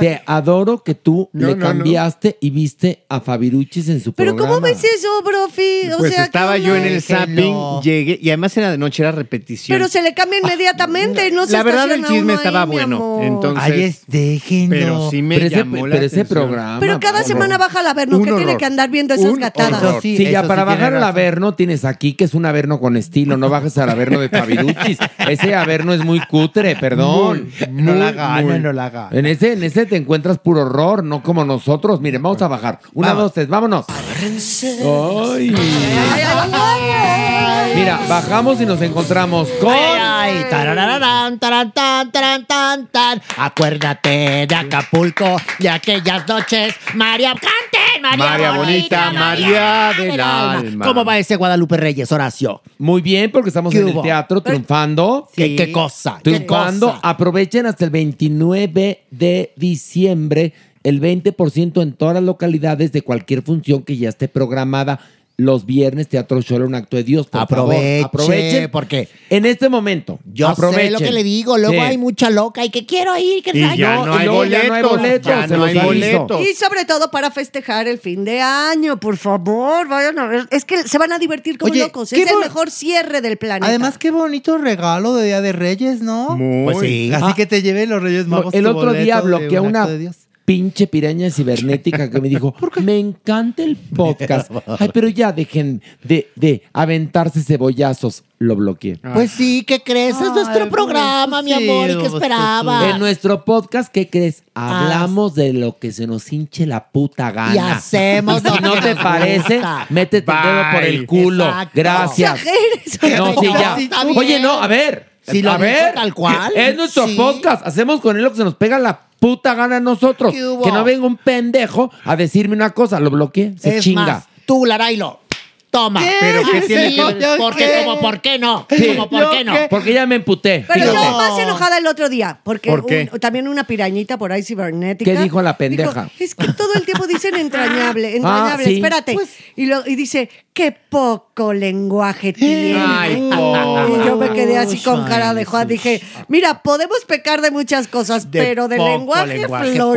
Speaker 3: Te adoro que tú
Speaker 6: No,
Speaker 3: le
Speaker 6: no, no.
Speaker 3: cambiaste y viste a Fabiruchis en su
Speaker 4: Pero
Speaker 3: programa.
Speaker 4: ¿cómo ves eso, Brofi? O
Speaker 6: pues
Speaker 4: sea, ¿qué
Speaker 6: estaba
Speaker 4: onda?
Speaker 6: yo en el zapping, llegué, y además era de noche, era repetición.
Speaker 4: Pero se le cambia inmediatamente, no se
Speaker 6: la verdad, el
Speaker 4: estaciona
Speaker 6: chisme
Speaker 4: uno ahí,
Speaker 6: estaba
Speaker 4: mi
Speaker 6: bueno.
Speaker 4: amor.
Speaker 6: Entonces,
Speaker 5: Ay, es, déjenlo.
Speaker 6: Pero sí me
Speaker 3: Pero ese-
Speaker 6: llamó la
Speaker 3: pero ese
Speaker 6: atención.
Speaker 3: programa,
Speaker 4: Pero cada
Speaker 3: vamos.
Speaker 4: semana baja la verno,
Speaker 3: Un
Speaker 4: que tiene
Speaker 3: horror.
Speaker 4: que andar viendo esas
Speaker 3: Un
Speaker 4: gatadas.
Speaker 3: horror. Sí, ya para
Speaker 4: bajar
Speaker 3: bajar al averno tienes aquí, que es un averno con estilo. No bajes al averno de Fabiruchis. Ese averno es muy cutre, perdón.
Speaker 5: no la haga,
Speaker 3: muy.
Speaker 5: Ana, no la haga.
Speaker 3: En ese, en ese te encuentras puro horror, no como nosotros. Miren, vamos a bajar. Una, dos, tres, vámonos. Ay. Mira, bajamos y nos encontramos con.
Speaker 7: Ay, tararararán, tarán, tan, tarán, tan, tan. Acuérdate de Acapulco y aquellas noches, María Canten, María,
Speaker 6: María bonita, María del alma.
Speaker 7: ¿Cómo va ese Guadalupe Reyes, Horacio?
Speaker 3: Muy bien, porque estamos
Speaker 7: ¿Qué
Speaker 3: en
Speaker 7: hubo?
Speaker 3: el teatro triunfando.
Speaker 7: ¿Qué- qué cosa? ¿Qué
Speaker 3: Triunfando.
Speaker 7: cosa?
Speaker 3: Aprovechen hasta el 29 de diciembre el 20% en todas las localidades de cualquier función que ya esté programada. los viernes Teatro Shola, un acto de Dios. Por favor,
Speaker 11: Aproveche,
Speaker 3: aprovechen.
Speaker 11: porque
Speaker 3: en este momento,
Speaker 11: Yo sé lo que le digo, luego
Speaker 3: Sí.
Speaker 11: hay mucha loca y que quiero ir, que
Speaker 3: Y ya no
Speaker 11: y
Speaker 3: hay
Speaker 11: luego
Speaker 3: boletos, ya no hay boletos.
Speaker 4: Y sobre todo para festejar el fin de año, por favor, vayan a ver. Es que se van a divertir como
Speaker 5: Oye,
Speaker 4: locos.
Speaker 5: qué
Speaker 4: Es el
Speaker 5: bo-
Speaker 4: mejor cierre del planeta.
Speaker 5: Además, qué bonito regalo de Día de Reyes, ¿no?
Speaker 3: Pues sí.
Speaker 5: Así
Speaker 3: Ah.
Speaker 5: que te llevé los Reyes Magos.
Speaker 3: el
Speaker 5: tu
Speaker 3: otro día
Speaker 5: boleto de
Speaker 3: bloqueé
Speaker 5: un
Speaker 3: una
Speaker 5: acto de Dios.
Speaker 3: pinche piraña cibernética que me dijo, me encanta el podcast. Ay, pero ya dejen de, de aventarse cebollazos. Lo bloqueé.
Speaker 11: Pues sí, ¿qué crees? es nuestro programa, mi amor, ¿y qué
Speaker 3: En
Speaker 11: esperaba?
Speaker 3: nuestro podcast, ¿qué crees? Hablamos de lo que se nos hinche la puta gana.
Speaker 11: Ah. Y hacemos
Speaker 3: Y
Speaker 11: lo
Speaker 3: si
Speaker 11: que
Speaker 3: no te
Speaker 11: nos
Speaker 3: parece,
Speaker 11: gusta.
Speaker 3: métete el dedo por el
Speaker 11: Bye.
Speaker 3: culo.
Speaker 11: Exacto.
Speaker 3: Gracias. No, sí, ya.
Speaker 11: Está
Speaker 3: Oye,
Speaker 11: bien.
Speaker 3: no, a ver.
Speaker 11: Si lo
Speaker 3: a
Speaker 11: dijo
Speaker 3: ver,
Speaker 11: tal cual,
Speaker 3: Es nuestro
Speaker 11: sí.
Speaker 3: podcast. Hacemos con él lo que se nos pega la puta gana a nosotros.
Speaker 11: ¿Qué hubo?
Speaker 3: Que no venga un pendejo a decirme una cosa. Lo bloqueé. Se
Speaker 11: es
Speaker 3: chinga.
Speaker 11: más, tú, Larailo, toma.
Speaker 3: ¿Qué? ¿Pero qué tiene que ver? ¿Yo
Speaker 11: Porque
Speaker 3: qué?
Speaker 11: como, ¿por qué no?
Speaker 3: Sí.
Speaker 11: Como, ¿por qué no?
Speaker 3: Porque ya me emputé.
Speaker 4: Pero
Speaker 3: Fíjate.
Speaker 4: yo más enojada el otro día, porque
Speaker 3: ¿Por qué?
Speaker 4: un- también una pirañita por ahí cibernética.
Speaker 3: ¿Qué dijo la pendeja?
Speaker 4: es que todo el tiempo dicen entrañable, entrañable,
Speaker 3: Ah, sí.
Speaker 4: espérate. y, lo- y dice, qué poco lenguaje tiene.
Speaker 3: Ay,
Speaker 4: y yo me quedé así con cara de Juan. Dije, mira, podemos pecar de muchas cosas,
Speaker 11: De
Speaker 4: pero de
Speaker 11: poco
Speaker 4: lenguaje,
Speaker 11: lenguaje,
Speaker 4: florido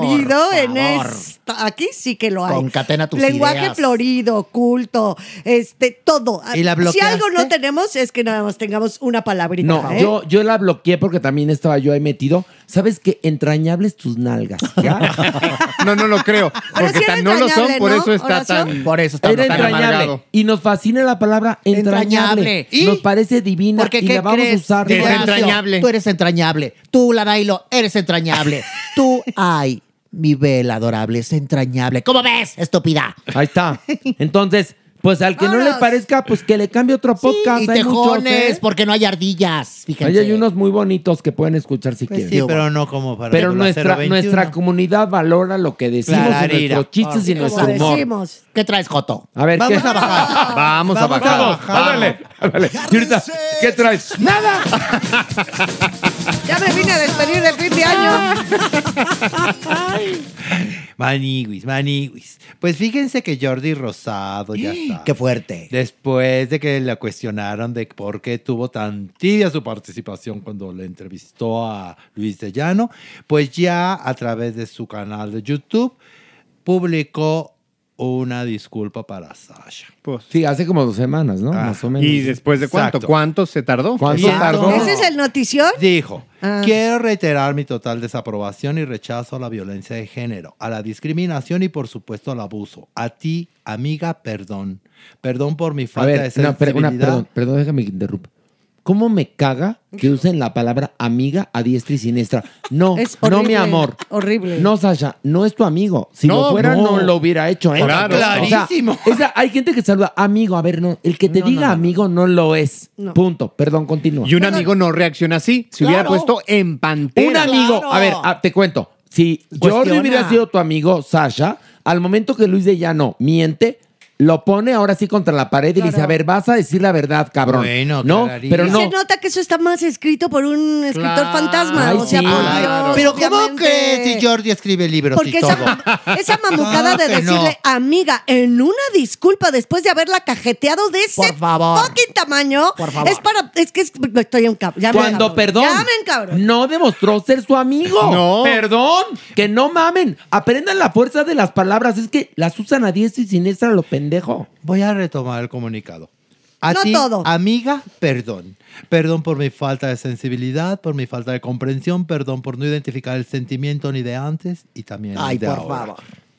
Speaker 11: por
Speaker 4: en
Speaker 11: favor.
Speaker 4: esta, aquí sí que lo hay.
Speaker 11: Concatena tus
Speaker 4: lenguaje
Speaker 11: ideas.
Speaker 4: florido, culto, este, todo.
Speaker 3: ¿Y la
Speaker 4: si algo
Speaker 3: bloqueaste?
Speaker 4: no tenemos es que nada más tengamos una palabrita.
Speaker 3: No,
Speaker 4: ¿eh?
Speaker 3: yo, yo la bloqueé porque también estaba yo ahí metido. ¿Sabes qué? Entrañables tus nalgas.
Speaker 6: No, no lo creo. Porque
Speaker 3: sí era
Speaker 6: tan no lo son,
Speaker 3: entrañable,
Speaker 6: por
Speaker 3: ¿no,
Speaker 6: eso está
Speaker 3: Horacio?
Speaker 6: tan.
Speaker 11: Por eso
Speaker 3: Era entrañable. Y nos fascina la palabra entrañable.
Speaker 11: Entrañable. ¿Y?
Speaker 3: Nos parece divina
Speaker 11: Porque
Speaker 3: y
Speaker 11: ¿qué
Speaker 3: la vamos
Speaker 11: crees?
Speaker 3: a usar.
Speaker 11: Horacio? Tú eres entrañable. Tú, Larailo, eres entrañable. Tú, ay, mi vela adorable, es entrañable. ¿Cómo ves, estúpida?
Speaker 3: Ahí está. Entonces, pues al que no le parezca, pues que le cambie otro podcast.
Speaker 11: Y
Speaker 3: Hay muchos,
Speaker 11: tejones,
Speaker 3: ¿eh?
Speaker 11: porque no hay ardillas. Fíjense.
Speaker 3: Ahí hay unos muy bonitos que pueden escuchar si
Speaker 11: Pues sí,
Speaker 3: quieren.
Speaker 11: pero
Speaker 5: no como para
Speaker 3: Pero
Speaker 5: la
Speaker 3: nuestra,
Speaker 5: 021.
Speaker 3: nuestra comunidad valora lo que decimos, y
Speaker 5: Clararira.
Speaker 3: nuestros chistes y
Speaker 5: Porque
Speaker 3: nuestro
Speaker 5: como
Speaker 3: humor.
Speaker 5: decimos.
Speaker 11: ¿Qué traes, Joto?
Speaker 3: A ver,
Speaker 5: Vamos
Speaker 3: ¿qué?
Speaker 5: a bajar.
Speaker 6: Vamos, a
Speaker 3: Vamos,
Speaker 6: bajar.
Speaker 3: vamos, ándale, ándale. Y ahorita, ¿qué traes? ¡Nada!
Speaker 4: Ya me vine a despedir de fin de año.
Speaker 5: Maniguis, maniguis. Pues fíjense que Jordi Rosado
Speaker 4: ¡Eh!
Speaker 5: ya está.
Speaker 11: Qué fuerte.
Speaker 5: Después de que la cuestionaron de por qué tuvo tan tibia su participación cuando le entrevistó a Luis de Llano, pues ya a través de su canal de YouTube publicó una disculpa para Sasha. Ah.
Speaker 3: Sí, hace como dos semanas, ¿no? Más o menos.
Speaker 5: Pues. ¿Y después de cuánto?
Speaker 3: Exacto.
Speaker 6: ¿Cuánto se tardó?
Speaker 3: ¿Cuánto tardó?
Speaker 4: ¿Ese es el notición?
Speaker 5: Dijo,
Speaker 4: Ah.
Speaker 5: quiero reiterar mi total desaprobación y rechazo a la violencia de género, a la discriminación y por supuesto al abuso. A ti, amiga, perdón. Perdón por mi
Speaker 3: A
Speaker 5: falta de
Speaker 3: ver, una, per-
Speaker 5: sensibilidad.
Speaker 3: una- perdón, perdón, déjame que interrumpa. ¿Cómo me caga que usen la palabra amiga a diestra y siniestra? No,
Speaker 4: Es
Speaker 3: no,
Speaker 4: horrible,
Speaker 3: mi amor.
Speaker 4: Horrible.
Speaker 3: No, Sasha, no es tu amigo. Si
Speaker 4: No,
Speaker 3: lo fuera,
Speaker 4: no.
Speaker 3: no. lo hubiera hecho, ¿eh?
Speaker 4: Claro.
Speaker 3: Clarísimo. hay gente que saluda amigo. A ver, no. El que te diga amigo no lo es. Punto. Perdón, continúa.
Speaker 6: Y un amigo no reacciona así. Se hubiera
Speaker 3: Claro.
Speaker 6: puesto en
Speaker 3: Un
Speaker 6: pantera.
Speaker 3: amigo, a ver, ah, te cuento. Si Jordi
Speaker 6: Cuestiona.
Speaker 3: hubiera sido tu amigo, Sasha, al momento que Luis de Llano miente, lo pone ahora sí contra la pared y le dice, a ver, vas a decir la verdad, cabrón.
Speaker 5: Bueno,
Speaker 3: no,
Speaker 5: Clarita.
Speaker 3: pero
Speaker 4: Y
Speaker 3: no.
Speaker 4: Se nota que eso está más escrito por un escritor fantasma.
Speaker 3: Ay,
Speaker 4: o sea,
Speaker 3: sí.
Speaker 4: por
Speaker 3: Ay,
Speaker 4: Dios,
Speaker 5: Pero ¿cómo
Speaker 4: obviamente.
Speaker 5: crees si Jordi escribe libros
Speaker 4: Porque
Speaker 5: y
Speaker 4: esa,
Speaker 5: todo?
Speaker 4: esa
Speaker 5: Claro
Speaker 4: mamucada de
Speaker 5: que no.
Speaker 4: decirle, amiga, en una disculpa después de haberla cajeteado de ese fucking tamaño,
Speaker 3: favor.
Speaker 4: es para. Es que es- me estoy en cab- ya me
Speaker 3: Cuando,
Speaker 4: encabrón.
Speaker 3: perdón,
Speaker 4: Ya me encabrón.
Speaker 3: no demostró ser su amigo.
Speaker 4: No.
Speaker 3: Perdón, que no mamen. Aprendan la fuerza de las palabras. Es que las usan a diestra y siniestra lo pendejo.
Speaker 5: Voy a retomar el comunicado. A
Speaker 4: No
Speaker 5: ti,
Speaker 4: todo.
Speaker 5: amiga, perdón. Perdón por mi falta de sensibilidad, por mi falta de comprensión, perdón por no identificar el sentimiento ni de antes y también
Speaker 11: Ay,
Speaker 5: de
Speaker 11: por
Speaker 5: ahora.
Speaker 11: favor.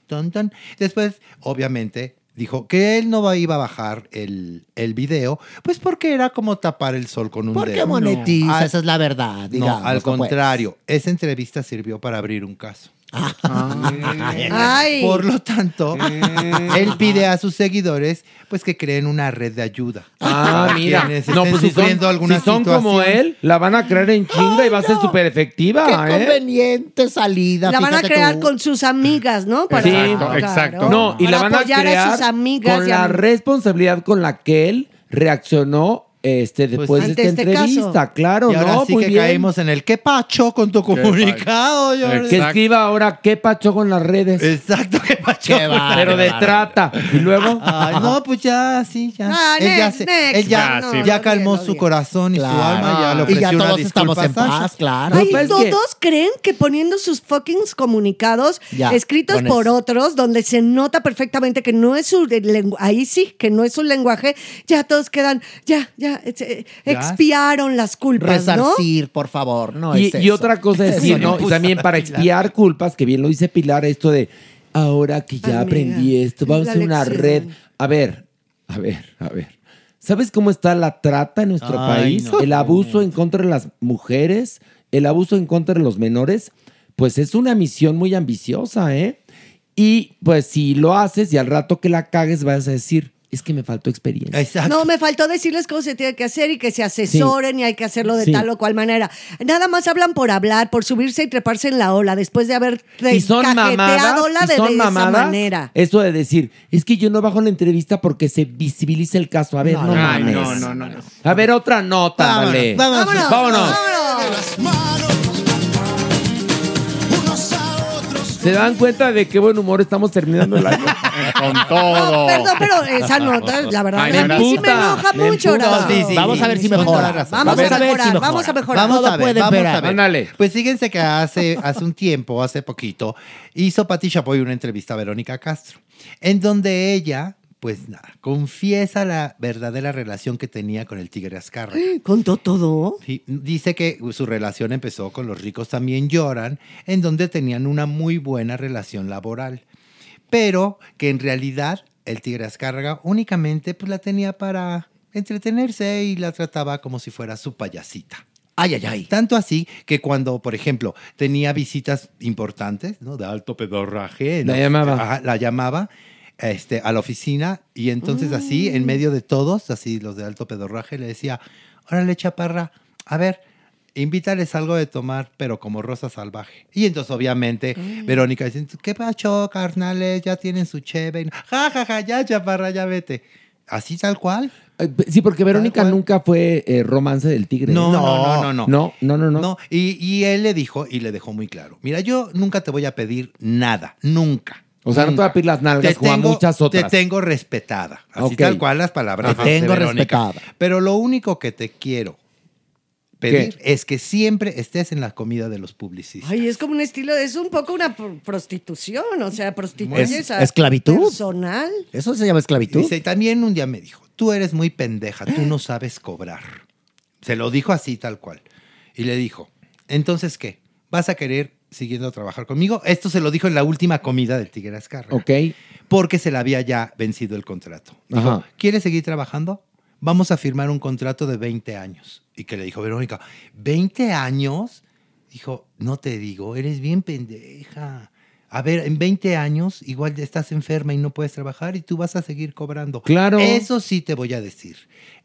Speaker 5: Tan, tan. Después, obviamente, dijo que él no va- iba a bajar el, el video, pues porque era como tapar el sol con un
Speaker 11: ¿Por qué
Speaker 5: dedo.
Speaker 11: monetiza?
Speaker 5: No. Al-
Speaker 11: Ah, Esa es la verdad. digamos,
Speaker 5: Ah, no, al
Speaker 11: pues.
Speaker 5: contrario, esa entrevista sirvió para abrir un caso.
Speaker 4: Ay.
Speaker 5: Por lo tanto, él pide a sus seguidores pues que creen una red de ayuda.
Speaker 3: Ah,
Speaker 5: Para
Speaker 3: mira.
Speaker 5: quienes
Speaker 3: No,
Speaker 5: estén
Speaker 3: pues si son,
Speaker 5: sufriendo alguna
Speaker 3: si son como
Speaker 5: situación.
Speaker 3: él, la van a creer en chinga y va a ser súper efectiva.
Speaker 11: Qué
Speaker 3: ¿eh?
Speaker 11: conveniente salida.
Speaker 4: La van a
Speaker 11: fíjate
Speaker 4: crear
Speaker 11: tú.
Speaker 4: con sus amigas, ¿no? Para- claro.
Speaker 3: No, y
Speaker 4: Para
Speaker 3: la van a
Speaker 4: apoyar
Speaker 3: crear
Speaker 4: sus amigas
Speaker 3: con
Speaker 4: y
Speaker 3: la
Speaker 4: am-
Speaker 3: responsabilidad con la que él reaccionó este, después de esta entrevista, claro,
Speaker 5: Pues Y ahora
Speaker 3: ¿no?
Speaker 5: sí
Speaker 3: Muy
Speaker 5: que
Speaker 3: bien.
Speaker 5: caímos en el qué pacho con tu comunicado, Jordi.
Speaker 3: Que escriba ahora qué pacho con las redes.
Speaker 5: Exacto, qué pacho.
Speaker 3: Qué Pero de
Speaker 5: bárbaro.
Speaker 3: trata. Y luego.
Speaker 5: Ay, no, pues ya, sí, ya.
Speaker 4: Ah,
Speaker 5: él ya,
Speaker 4: next, next.
Speaker 5: él ya,
Speaker 4: Ah, sí.
Speaker 5: ya calmó su corazón y su alma, ya le ofreció una disculpa a Sasha.
Speaker 3: Ah,
Speaker 4: Ay,
Speaker 3: pues
Speaker 4: todos creen que poniendo sus fucking comunicados
Speaker 5: Ya,
Speaker 4: escritos
Speaker 5: con
Speaker 4: por
Speaker 5: eso.
Speaker 4: otros, donde se nota perfectamente que no es su lenguaje, ahí sí, que no es su lenguaje, ya todos quedan, ya, ya, eh, eh,
Speaker 3: Ya.
Speaker 4: expiaron las culpas, ¿no?
Speaker 11: Resarcir, por favor. No
Speaker 3: y,
Speaker 11: es
Speaker 3: y
Speaker 11: eso.
Speaker 3: otra cosa es
Speaker 11: Eso
Speaker 3: decir,
Speaker 11: no
Speaker 3: ¿no? Y
Speaker 11: puso
Speaker 3: también para
Speaker 11: Pilar.
Speaker 3: expiar culpas, que bien lo dice Pilar, esto de ahora que
Speaker 11: Amiga,
Speaker 3: ya aprendí esto, vamos
Speaker 11: la
Speaker 3: a hacer una
Speaker 11: lección.
Speaker 3: red. A ver, a ver, a ver. ¿Sabes cómo está la trata en nuestro
Speaker 7: Ay,
Speaker 3: país?
Speaker 7: no.
Speaker 3: El abuso en contra de las mujeres, el abuso en contra de los menores, pues es una misión muy ambiciosa, ¿eh? Y pues si lo haces y al rato que la cagues vas a decir, es que me faltó experiencia.
Speaker 5: Exacto.
Speaker 4: No, me faltó decirles cómo se tiene que hacer y que se asesoren y hay que hacerlo de
Speaker 3: Sí.
Speaker 4: tal o cual manera. Nada más hablan por hablar, por subirse y treparse en la ola después de haber
Speaker 3: y son mamadas,
Speaker 4: cajeteadola
Speaker 3: y
Speaker 4: de,
Speaker 3: son
Speaker 4: de esa
Speaker 3: mamadas,
Speaker 4: manera.
Speaker 3: Eso de decir, es que yo no bajo la entrevista porque se visibiliza el caso. A ver, no,
Speaker 6: Ay,
Speaker 3: mames.
Speaker 6: no, no, no, no.
Speaker 3: A ver, otra nota,
Speaker 6: Vámonos,
Speaker 3: vale.
Speaker 6: vámonos.
Speaker 3: vámonos. ¿Se dan cuenta de qué buen humor estamos terminando el año? Con todo.
Speaker 4: Perdón, pero esa nota, la verdad,
Speaker 3: Ay,
Speaker 4: a
Speaker 3: me
Speaker 4: mí sí me
Speaker 3: emputa,
Speaker 4: enoja
Speaker 3: me
Speaker 4: mucho.
Speaker 3: emputa.
Speaker 5: Ah,
Speaker 4: Horacio.
Speaker 3: Sí, sí,
Speaker 11: Vamos a ver si mejora.
Speaker 4: Vamos a mejorar, vamos a mejorar.
Speaker 5: Vamos
Speaker 4: Todo
Speaker 5: a ver,
Speaker 4: puede
Speaker 5: vamos
Speaker 4: empeorar.
Speaker 5: a ver. Pues fíjense que hace, hace un tiempo, hace poquito, hizo Pati Chapoy una entrevista a Verónica Castro, en donde ella, pues nada, confiesa la verdadera relación que tenía con el tigre Azcárraga.
Speaker 4: ¿Contó todo?
Speaker 5: Sí, dice que su relación empezó con Los ricos también lloran, en donde tenían una muy buena relación laboral, pero que en realidad el Tigre Azcárraga únicamente pues, la tenía para entretenerse y la trataba como si fuera su payasita. Ay, ay, ay. Tanto así que cuando, por ejemplo, tenía visitas importantes, ¿no? De alto pedorraje. ¿no?
Speaker 3: La llamaba.
Speaker 5: Ajá, la llamaba este, a la oficina y entonces así, en medio de todos, así los de alto pedorraje, le decía, órale, chaparra, a ver, invítales algo de tomar, pero como rosa salvaje. Y entonces, obviamente,
Speaker 3: Mm.
Speaker 5: Verónica dice, ¿qué pacho, carnales? Ya tienen su cheve. Ja, ja, ja, ya, chaparra, ya vete. Así tal cual.
Speaker 3: Sí, porque Verónica nunca fue eh, romance del tigre.
Speaker 5: No,
Speaker 3: ¿eh?
Speaker 5: no, no, no, no.
Speaker 3: No, no, no, no.
Speaker 5: No, y, y él le dijo, y le dejó muy claro, mira, yo nunca te voy a pedir nada, nunca.
Speaker 3: O sea, no te voy a pedir las nalgas como a muchas otras.
Speaker 5: Te tengo respetada, así
Speaker 3: Ok.
Speaker 5: tal cual las palabras
Speaker 3: Te
Speaker 5: de
Speaker 3: tengo
Speaker 5: Verónica.
Speaker 3: respetada.
Speaker 5: Pero lo único que te quiero pedir es que siempre estés en la comida de los publicistas.
Speaker 4: Ay, es como un estilo, es un poco una pr- prostitución, o sea, prostituyes
Speaker 5: Es-
Speaker 4: a
Speaker 5: esclavitud.
Speaker 4: personal.
Speaker 5: Eso se llama esclavitud. Dice, y también un día me dijo, tú eres muy pendeja, tú no sabes cobrar. Se lo dijo así, tal cual. Y le dijo, entonces, ¿qué? ¿Vas a querer siguiendo a trabajar conmigo? Esto se lo dijo en la última comida del Tigre Azcárraga.
Speaker 3: Ok.
Speaker 5: Porque se le había ya vencido el contrato. Dijo,
Speaker 3: Ajá.
Speaker 5: ¿quieres seguir trabajando? Vamos a firmar un contrato de 20 años. Y que le dijo Verónica, ¿20 años? Dijo, no te digo, eres bien
Speaker 3: Ah,
Speaker 5: pendeja. A ver, en 20 años igual ya estás enferma y no puedes trabajar y tú vas a seguir cobrando.
Speaker 3: Claro.
Speaker 5: Eso sí te voy a decir.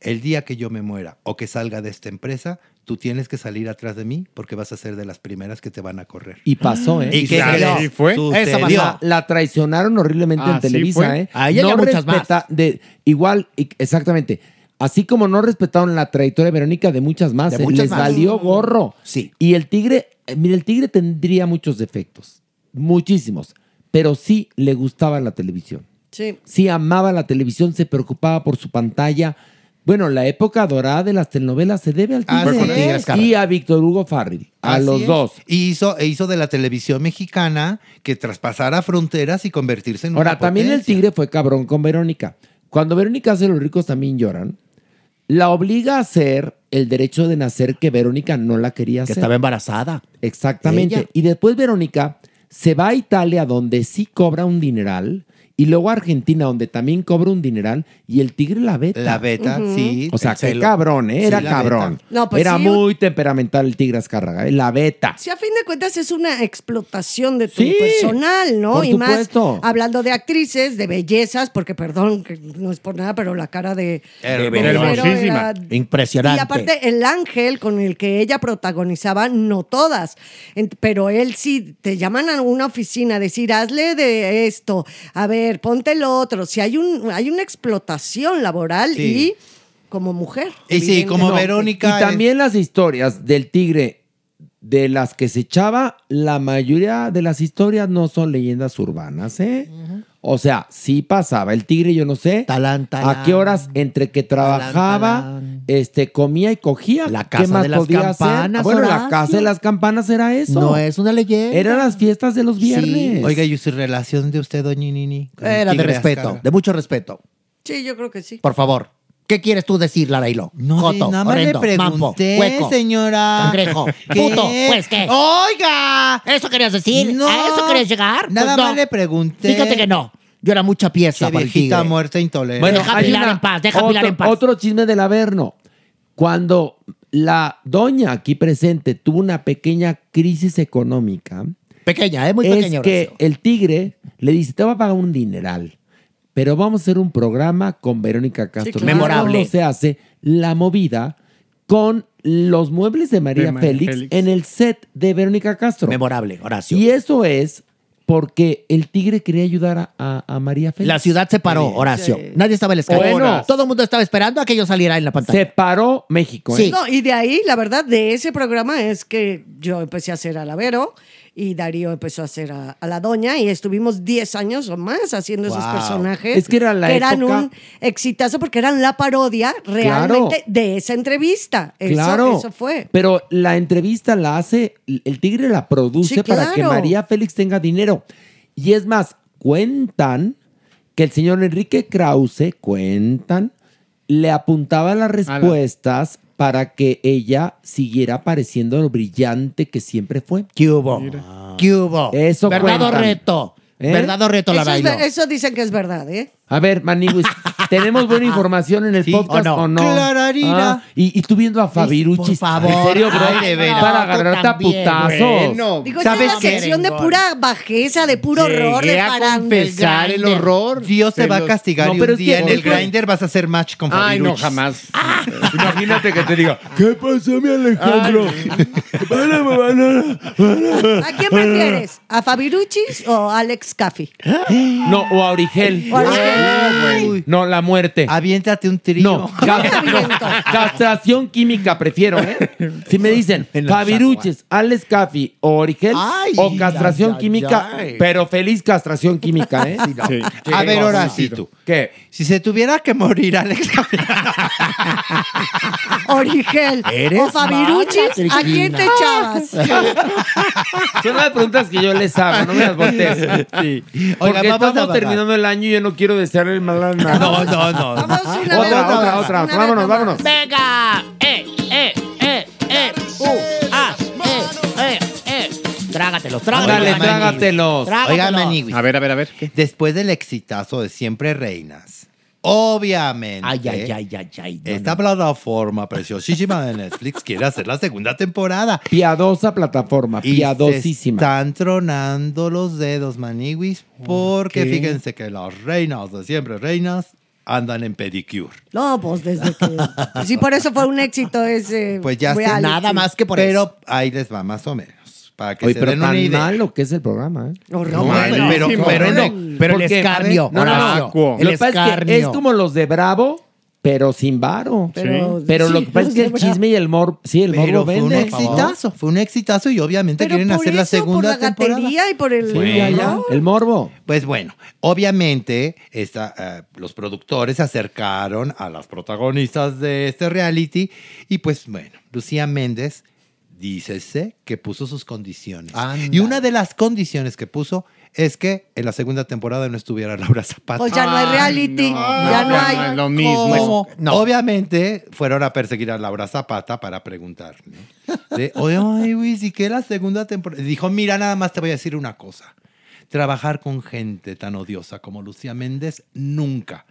Speaker 5: El día que yo me muera o que salga de esta empresa, tú tienes que salir atrás de mí porque vas a ser de las primeras que te van a correr.
Speaker 3: Y pasó, ¿eh?
Speaker 5: ¿Y, qué
Speaker 3: salió.
Speaker 5: crees? Sucedió.
Speaker 3: La, la traicionaron horriblemente en
Speaker 5: Así
Speaker 3: Televisa,
Speaker 5: Ah, fue.
Speaker 3: ¿eh?
Speaker 5: A ella y a muchas
Speaker 3: respeta- De, igual, y- exactamente. Así como no respetaron la trayectoria de Verónica de muchas más,
Speaker 7: De
Speaker 3: ¿eh?
Speaker 7: muchas
Speaker 3: les
Speaker 7: más.
Speaker 5: Mm.
Speaker 3: valió gorro.
Speaker 7: Sí.
Speaker 3: Y el tigre, eh, mira, el tigre tendría muchos defectos, muchísimos, pero sí le gustaba la televisión.
Speaker 4: Sí.
Speaker 3: Sí amaba la televisión, se preocupaba por su pantalla. Bueno, la época dorada de las telenovelas se debe al
Speaker 5: Así
Speaker 3: tigre
Speaker 5: es.
Speaker 3: Azcárraga. y a Víctor Hugo Farril, a
Speaker 5: Así
Speaker 3: los
Speaker 5: es.
Speaker 3: dos.
Speaker 5: Y hizo, e hizo de la televisión mexicana que traspasara fronteras y convertirse en
Speaker 3: Ahora,
Speaker 5: una
Speaker 3: también el
Speaker 5: potencia.
Speaker 3: tigre fue cabrón con Verónica. Cuando Verónica hace Los ricos también lloran, la obliga a hacer el derecho de nacer que Verónica no la quería hacer.
Speaker 7: estaba
Speaker 3: embarazada. Exactamente.
Speaker 7: Ella.
Speaker 3: Y después Verónica se va a Italia donde sí cobra un dineral y luego a Argentina donde también cobra un dineral y el tigre la beta.
Speaker 5: La beta, Ujú. sí,
Speaker 3: O sea,
Speaker 5: el
Speaker 3: qué
Speaker 5: celo.
Speaker 3: cabrón, ¿eh?
Speaker 5: Sí,
Speaker 3: era
Speaker 5: la
Speaker 3: cabrón.
Speaker 5: beta. No,
Speaker 4: pues
Speaker 3: era
Speaker 4: sí,
Speaker 3: muy temperamental el tigre Azcárraga, ¿eh? la beta.
Speaker 4: Si a fin de cuentas es una explotación de tu
Speaker 3: Sí,
Speaker 4: personal, ¿no?
Speaker 3: por
Speaker 4: y
Speaker 3: supuesto.
Speaker 4: más hablando de actrices, de bellezas, porque perdón, que no es por nada, pero la cara de
Speaker 11: Eh,
Speaker 4: de Vero era
Speaker 11: Impresionante.
Speaker 4: Y aparte, el ángel con el que ella protagonizaba, no todas. En- Pero él sí, te llaman a una oficina a decir, hazle de esto, a ver, ponte lo otro. Si hay, un, hay una explotación laboral
Speaker 5: Sí.
Speaker 4: y como mujer.
Speaker 3: No, Y también las historias del tigre de las que se echaba, la mayoría de las historias no son leyendas urbanas, ¿eh? O sea, sí pasaba. El tigre, yo no sé. ¿A qué horas? Entre que trabajaba, este, comía y cogía. La
Speaker 11: casa de las campanas,
Speaker 3: Ah, Bueno, la
Speaker 11: Horacio.
Speaker 3: casa de las campanas era eso.
Speaker 11: No es una leyenda.
Speaker 3: Eran las fiestas de los viernes.
Speaker 5: Oiga, ¿y su relación de usted, doña Nini? con el
Speaker 11: Era de
Speaker 5: tigre
Speaker 11: respeto,
Speaker 5: Azcárraga?
Speaker 11: de mucho respeto.
Speaker 4: Sí, yo creo que sí.
Speaker 11: Por favor. ¿Qué quieres tú decir, Larailo? No,
Speaker 5: sí, nada más le pregunté, señora.
Speaker 11: Cangrejo.
Speaker 5: ¿Qué?
Speaker 11: Puto, pues qué.
Speaker 5: ¡Oiga!
Speaker 11: ¿Eso querías decir?
Speaker 5: No.
Speaker 11: ¿A eso querías llegar?
Speaker 5: Nada
Speaker 11: Pues
Speaker 5: más
Speaker 11: no.
Speaker 5: le pregunté.
Speaker 11: Fíjate que no. Yo era mucha pieza
Speaker 5: Qué
Speaker 11: para el
Speaker 5: viejita
Speaker 11: tigre.
Speaker 5: muerta intolerante.
Speaker 3: Bueno,
Speaker 11: Deja
Speaker 3: hay
Speaker 11: pilar
Speaker 3: una-
Speaker 11: en paz, deja
Speaker 3: otro,
Speaker 11: pilar en paz.
Speaker 3: Otro chisme del Averno. Cuando la doña aquí presente tuvo una pequeña crisis económica.
Speaker 11: Pequeña, ¿eh? Muy
Speaker 3: es
Speaker 11: pequeña,
Speaker 3: que el tigre le dice, te voy a pagar un dineral, pero vamos a hacer un programa con Verónica Castro.
Speaker 11: claro. Memorable.
Speaker 3: Solo se hace la movida con los muebles de María,
Speaker 11: De María
Speaker 3: Félix,
Speaker 11: Félix.
Speaker 3: en el set de Verónica Castro.
Speaker 11: Memorable, Horacio.
Speaker 3: Y eso es porque el tigre quería ayudar a, a- a María Félix.
Speaker 11: La ciudad se paró,
Speaker 3: Sí.
Speaker 11: Horacio.
Speaker 3: Sí.
Speaker 11: Nadie estaba en el escalón.
Speaker 3: Bueno.
Speaker 11: Todo el mundo estaba esperando a que yo saliera en la pantalla.
Speaker 3: Se paró México. ¿eh?
Speaker 4: No, y de ahí, la verdad, de ese programa es que yo empecé a hacer a la Vero y Darío empezó a hacer a, a la Doña y estuvimos 10 años o más haciendo esos
Speaker 3: Wow.
Speaker 4: personajes.
Speaker 3: Es que era la
Speaker 4: eran
Speaker 3: época-
Speaker 4: un exitazo porque eran la parodia realmente de esa entrevista. Eso,
Speaker 3: claro.
Speaker 4: eso fue.
Speaker 3: Pero la entrevista la hace, el tigre la produce
Speaker 4: Sí,
Speaker 3: para que
Speaker 4: claro.
Speaker 3: María Félix tenga dinero. Y es más, cuentan que el señor Enrique Krause, cuentan, le apuntaba las respuestas para que ella siguiera pareciendo lo brillante que siempre fue.
Speaker 11: ¿Qué hubo? ¿Qué hubo?
Speaker 3: Eso
Speaker 11: Verdad o
Speaker 3: cuentan.
Speaker 11: reto.
Speaker 3: ¿Eh?
Speaker 11: Verdad o reto,
Speaker 4: Eso, es
Speaker 11: Larailo.
Speaker 4: ver- eso dicen que es verdad, ¿eh?
Speaker 3: A ver, Maniwis, ¿tenemos buena información en el podcast
Speaker 11: ¿O no?
Speaker 3: o no?
Speaker 11: Clararira.
Speaker 3: Ah, y, y tú viendo a Fabiruchis.
Speaker 11: por favor.
Speaker 3: ¿En serio, bro?
Speaker 11: Ay, de veras.
Speaker 3: Para
Speaker 11: Tú
Speaker 3: agarrarte a
Speaker 11: también.
Speaker 3: putazos.
Speaker 11: Bueno,
Speaker 4: Digo, esta es una sección de pura bajeza, de puro horror, de
Speaker 5: Llegué a confesar el horror. Dios te
Speaker 4: de
Speaker 5: va a
Speaker 4: los-
Speaker 5: castigar
Speaker 4: No,
Speaker 5: y
Speaker 4: pero
Speaker 5: un
Speaker 4: es que
Speaker 5: día en el
Speaker 4: después-
Speaker 5: grinder vas a hacer match con
Speaker 6: Ay, no,
Speaker 5: Fabiruchis.
Speaker 6: jamás.
Speaker 11: Ah.
Speaker 5: Imagínate que te diga, ¿qué pasó, mi Alejandro?
Speaker 4: ¿A quién prefieres? ¿A Fabiruchis o a Alex Caffi?
Speaker 3: No, o a Origel.
Speaker 4: O a Origel.
Speaker 3: No, la muerte.
Speaker 5: Aviéntate un trío.
Speaker 3: No, ca- no, castración química prefiero, ¿eh? Si me dicen Fabiruches, Alex Caffi o Origel
Speaker 5: Ay,
Speaker 3: o castración
Speaker 5: ay,
Speaker 3: química,
Speaker 5: ay.
Speaker 3: pero feliz castración química, ¿eh?
Speaker 5: Sí. A ver, Horacito.
Speaker 3: ¿Qué?
Speaker 5: Si se tuviera que morir, Alex.
Speaker 4: Origel
Speaker 5: Eres
Speaker 4: o Fabiruchis,
Speaker 5: mala,
Speaker 4: ¿a quién te echabas?
Speaker 3: Son las preguntas que yo les hago, no me las botes. Porque
Speaker 5: Oiga, vamos a
Speaker 3: estamos
Speaker 5: bajar.
Speaker 3: terminando el año y yo no quiero desearle el mal a nadie.
Speaker 5: No, no, no.
Speaker 3: Otra,
Speaker 5: Vamos
Speaker 3: otra, otra, otra. Vámonos, vámonos.
Speaker 11: Venga. Eh, eh, eh, eh. U, A, eh, eh, eh. Trágatelo, trágatelo.
Speaker 3: Ándale, trágatelos.
Speaker 5: Oiga,
Speaker 11: Trágatelos.
Speaker 5: Maniwis.
Speaker 6: A ver, a ver, a ver.
Speaker 5: Después del exitazo de Siempre Reinas, obviamente.
Speaker 11: Ay, ay, ay, ay, ay. no,
Speaker 5: Esta plataforma preciosísima de Netflix quiere hacer la segunda temporada.
Speaker 3: Piadosa plataforma,
Speaker 5: Y
Speaker 3: piadosísima.
Speaker 5: se están tronando los dedos, maniwis, porque
Speaker 3: qué?
Speaker 5: fíjense que las reinas de siempre reinas andan en pedicure.
Speaker 4: No, pues desde que. Pues Sí, por eso fue un éxito ese.
Speaker 5: Pues ya sé
Speaker 4: reality.
Speaker 5: pero ahí les va más o menos. Para que
Speaker 3: Oye,
Speaker 5: se
Speaker 3: pero
Speaker 5: den una
Speaker 3: tan
Speaker 5: idea.
Speaker 3: malo que es el programa, ¿eh?
Speaker 5: No, bueno, pero,
Speaker 3: sí,
Speaker 5: pero
Speaker 3: horrendo.
Speaker 5: no.
Speaker 11: Pero el
Speaker 3: Porque,
Speaker 11: escarnio,
Speaker 3: no, no, no.
Speaker 11: Horacio,
Speaker 3: Lo
Speaker 11: el
Speaker 3: que pasa es que es
Speaker 11: escarnio.
Speaker 3: como los de Bravo, pero sin varo.
Speaker 4: Pero-
Speaker 3: Pero,
Speaker 4: Sí.
Speaker 3: lo
Speaker 4: sí,
Speaker 3: que pasa es
Speaker 4: los
Speaker 3: que
Speaker 4: de
Speaker 3: el
Speaker 4: Bravo.
Speaker 3: chisme y el morbo, sí, el
Speaker 5: Pero
Speaker 3: morbo
Speaker 5: fue un
Speaker 3: vende.
Speaker 5: exitazo, fue un exitazo y obviamente
Speaker 4: Pero
Speaker 5: quieren
Speaker 4: por
Speaker 5: hacer
Speaker 4: eso,
Speaker 5: la segunda
Speaker 4: por la
Speaker 5: temporada.
Speaker 4: gatería y por el.
Speaker 3: Sí, ya, ya,
Speaker 4: horror.
Speaker 3: el morbo.
Speaker 5: Pues bueno, obviamente esta, eh, los productores se acercaron a las protagonistas de este reality y pues bueno, Lucía Méndez, dícese que puso sus condiciones. Y una de las condiciones que puso es que en la segunda temporada no estuviera Laura Zapata.
Speaker 4: Pues ya no hay reality. ya no, hay.
Speaker 6: es lo mismo.
Speaker 5: ¿Cómo? Obviamente fueron a perseguir a Laura Zapata para preguntar. ¿no? De, oye, ay, güey, si que la segunda temporada. Dijo, mira, nada más te voy a decir una cosa. Trabajar con gente tan odiosa como Lucía Méndez, nunca.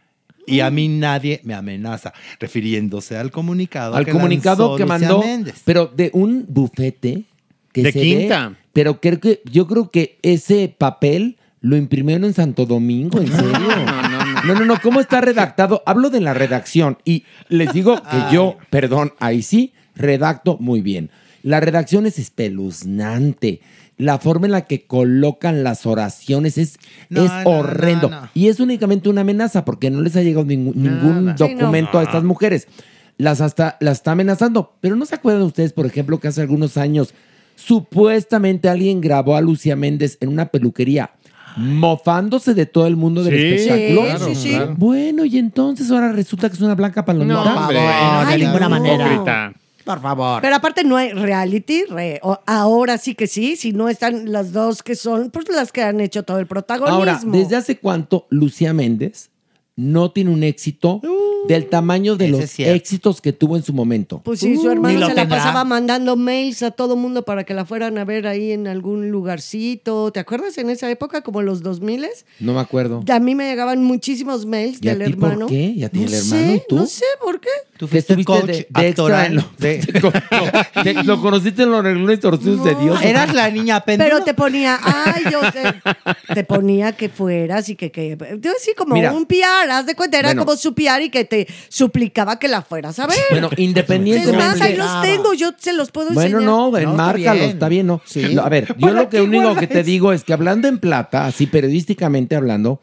Speaker 5: Y a mí nadie me amenaza, refiriéndose al comunicado.
Speaker 3: Al
Speaker 5: que lanzó
Speaker 3: comunicado que
Speaker 5: Lucía
Speaker 3: mandó,
Speaker 5: Méndez.
Speaker 3: pero de un bufete que
Speaker 6: De
Speaker 3: se
Speaker 6: Quinta.
Speaker 3: ve, pero creo que, yo creo que ese papel lo imprimieron en Santo Domingo, en serio. No, no, no. ¿cómo está redactado? Hablo de la redacción y les digo que yo, perdón, ahí sí, redacto muy bien. La redacción es espeluznante. la forma en la que colocan las oraciones es,
Speaker 7: No,
Speaker 3: es
Speaker 7: no,
Speaker 3: horrendo.
Speaker 7: no, no.
Speaker 3: Y es únicamente una amenaza porque no les ha llegado ningún, ningún
Speaker 7: Nada. Sí, no.
Speaker 3: documento a estas mujeres. Las, hasta, las está amenazando. Pero ¿no se acuerdan ustedes, por ejemplo, que hace algunos años supuestamente alguien grabó a Lucía Méndez en una peluquería? Mofándose de todo el mundo del
Speaker 7: Sí,
Speaker 3: espectáculo.
Speaker 7: claro, Sí, sí, sí. claro.
Speaker 3: Bueno, y entonces ahora resulta que es una blanca palomita.
Speaker 7: No, hombre,
Speaker 4: no, de ninguna manera.
Speaker 7: Por favor.
Speaker 4: Pero aparte no hay reality, re- o- ahora sí que sí, si no están las dos que son, pues las que han hecho todo el protagonismo.
Speaker 3: Ahora, ¿desde hace cuánto Lucía Méndez no tiene un éxito
Speaker 7: Uh,
Speaker 3: del tamaño de los éxitos que tuvo en su momento?
Speaker 4: Pues sí, su
Speaker 3: Uh,
Speaker 4: hermana
Speaker 3: ni lo
Speaker 4: se la
Speaker 3: tendrá.
Speaker 4: pasaba mandando mails a todo mundo para que la fueran a ver ahí en algún lugarcito. ¿Te acuerdas en esa época, como los 2000?
Speaker 3: No me acuerdo.
Speaker 4: A mí me llegaban muchísimos mails
Speaker 3: ¿Y a
Speaker 4: del
Speaker 3: ti por
Speaker 4: hermano.
Speaker 3: qué? ¿Y a ti
Speaker 4: no
Speaker 3: el hermano?
Speaker 4: Sé,
Speaker 3: ¿Y tú?
Speaker 4: No sé por qué.
Speaker 3: ¿Tú fuiste
Speaker 7: coach, actoral
Speaker 3: lo conociste en los reglones torcidos de Dios.
Speaker 7: Eras la niña pendeja.
Speaker 4: Pero te ponía, ay, yo sé, te ponía que fueras y que, que yo sí, como
Speaker 3: Mira.
Speaker 4: un PR, haz de cuenta, era
Speaker 3: Bueno.
Speaker 4: como su PR y que te suplicaba que la fueras a ver.
Speaker 3: Bueno,
Speaker 4: es más, ahí
Speaker 3: independientemente.
Speaker 4: los tengo, yo se los puedo
Speaker 3: Bueno,
Speaker 4: enseñar.
Speaker 3: no, enmárcalo, está bien, ¿no? No, A ver, yo lo que único que te
Speaker 4: guardas?
Speaker 3: digo es que hablando en plata, así periodísticamente hablando,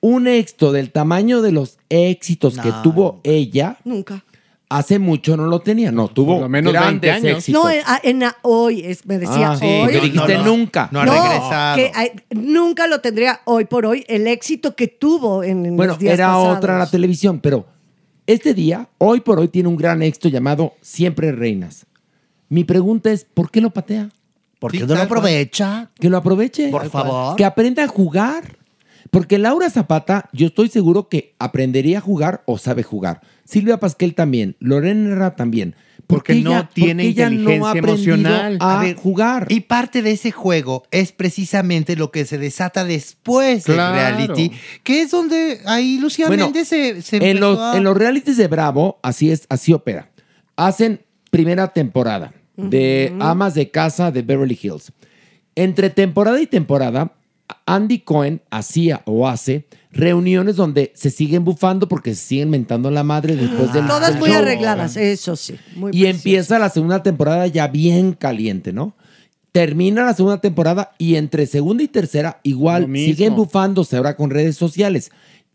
Speaker 3: un éxito del tamaño de los éxitos que
Speaker 4: No,
Speaker 3: tuvo ella
Speaker 4: Nunca.
Speaker 3: hace mucho no lo tenía, no, tuvo
Speaker 6: lo menos 20
Speaker 3: grandes
Speaker 6: años.
Speaker 3: éxitos.
Speaker 4: No, en- ah, en, ah, hoy, es- me decía
Speaker 3: Ah, sí,
Speaker 4: hoy.
Speaker 3: que dijiste nunca.
Speaker 4: No, que, ah, nunca lo tendría hoy por hoy el éxito que tuvo en, en
Speaker 3: bueno,
Speaker 4: los días
Speaker 3: era
Speaker 4: pasados.
Speaker 3: otra la televisión, pero este día, hoy por hoy, tiene un gran éxito llamado Siempre Reinas. Mi pregunta es, ¿por qué lo patea?
Speaker 11: ¿Por qué no lo aprovecha?
Speaker 3: Que lo aproveche.
Speaker 11: Por
Speaker 3: Tal cual.
Speaker 11: favor.
Speaker 3: Que aprenda a jugar. Porque Laura Zapata, yo estoy seguro que aprendería a jugar o sabe jugar. Silvia Pasquel también. Lorena Herrera también. Porque,
Speaker 6: no tiene inteligencia emocional.
Speaker 3: A
Speaker 6: A ver,
Speaker 3: jugar.
Speaker 5: Ah. Y parte de ese juego es precisamente lo que se desata después
Speaker 3: Claro.
Speaker 5: del reality, que es donde ahí Lucía
Speaker 3: Bueno,
Speaker 5: Méndez se, se
Speaker 3: en,
Speaker 5: empezó
Speaker 3: los,
Speaker 5: a-
Speaker 3: en los realities de Bravo, así es, así opera. Hacen primera temporada de
Speaker 7: Ujú.
Speaker 3: Amas de Casa de Beverly Hills. Entre temporada y temporada, Andy Cohen hacía o hace reuniones donde se siguen bufando porque se siguen mentando la madre después del
Speaker 4: Todas
Speaker 3: del
Speaker 4: muy
Speaker 3: show.
Speaker 4: arregladas, eso sí. Muy
Speaker 3: Y empieza la segunda temporada ya bien caliente, ¿no? Termina la segunda temporada y entre segunda y tercera igual siguen bufándose ahora con redes sociales.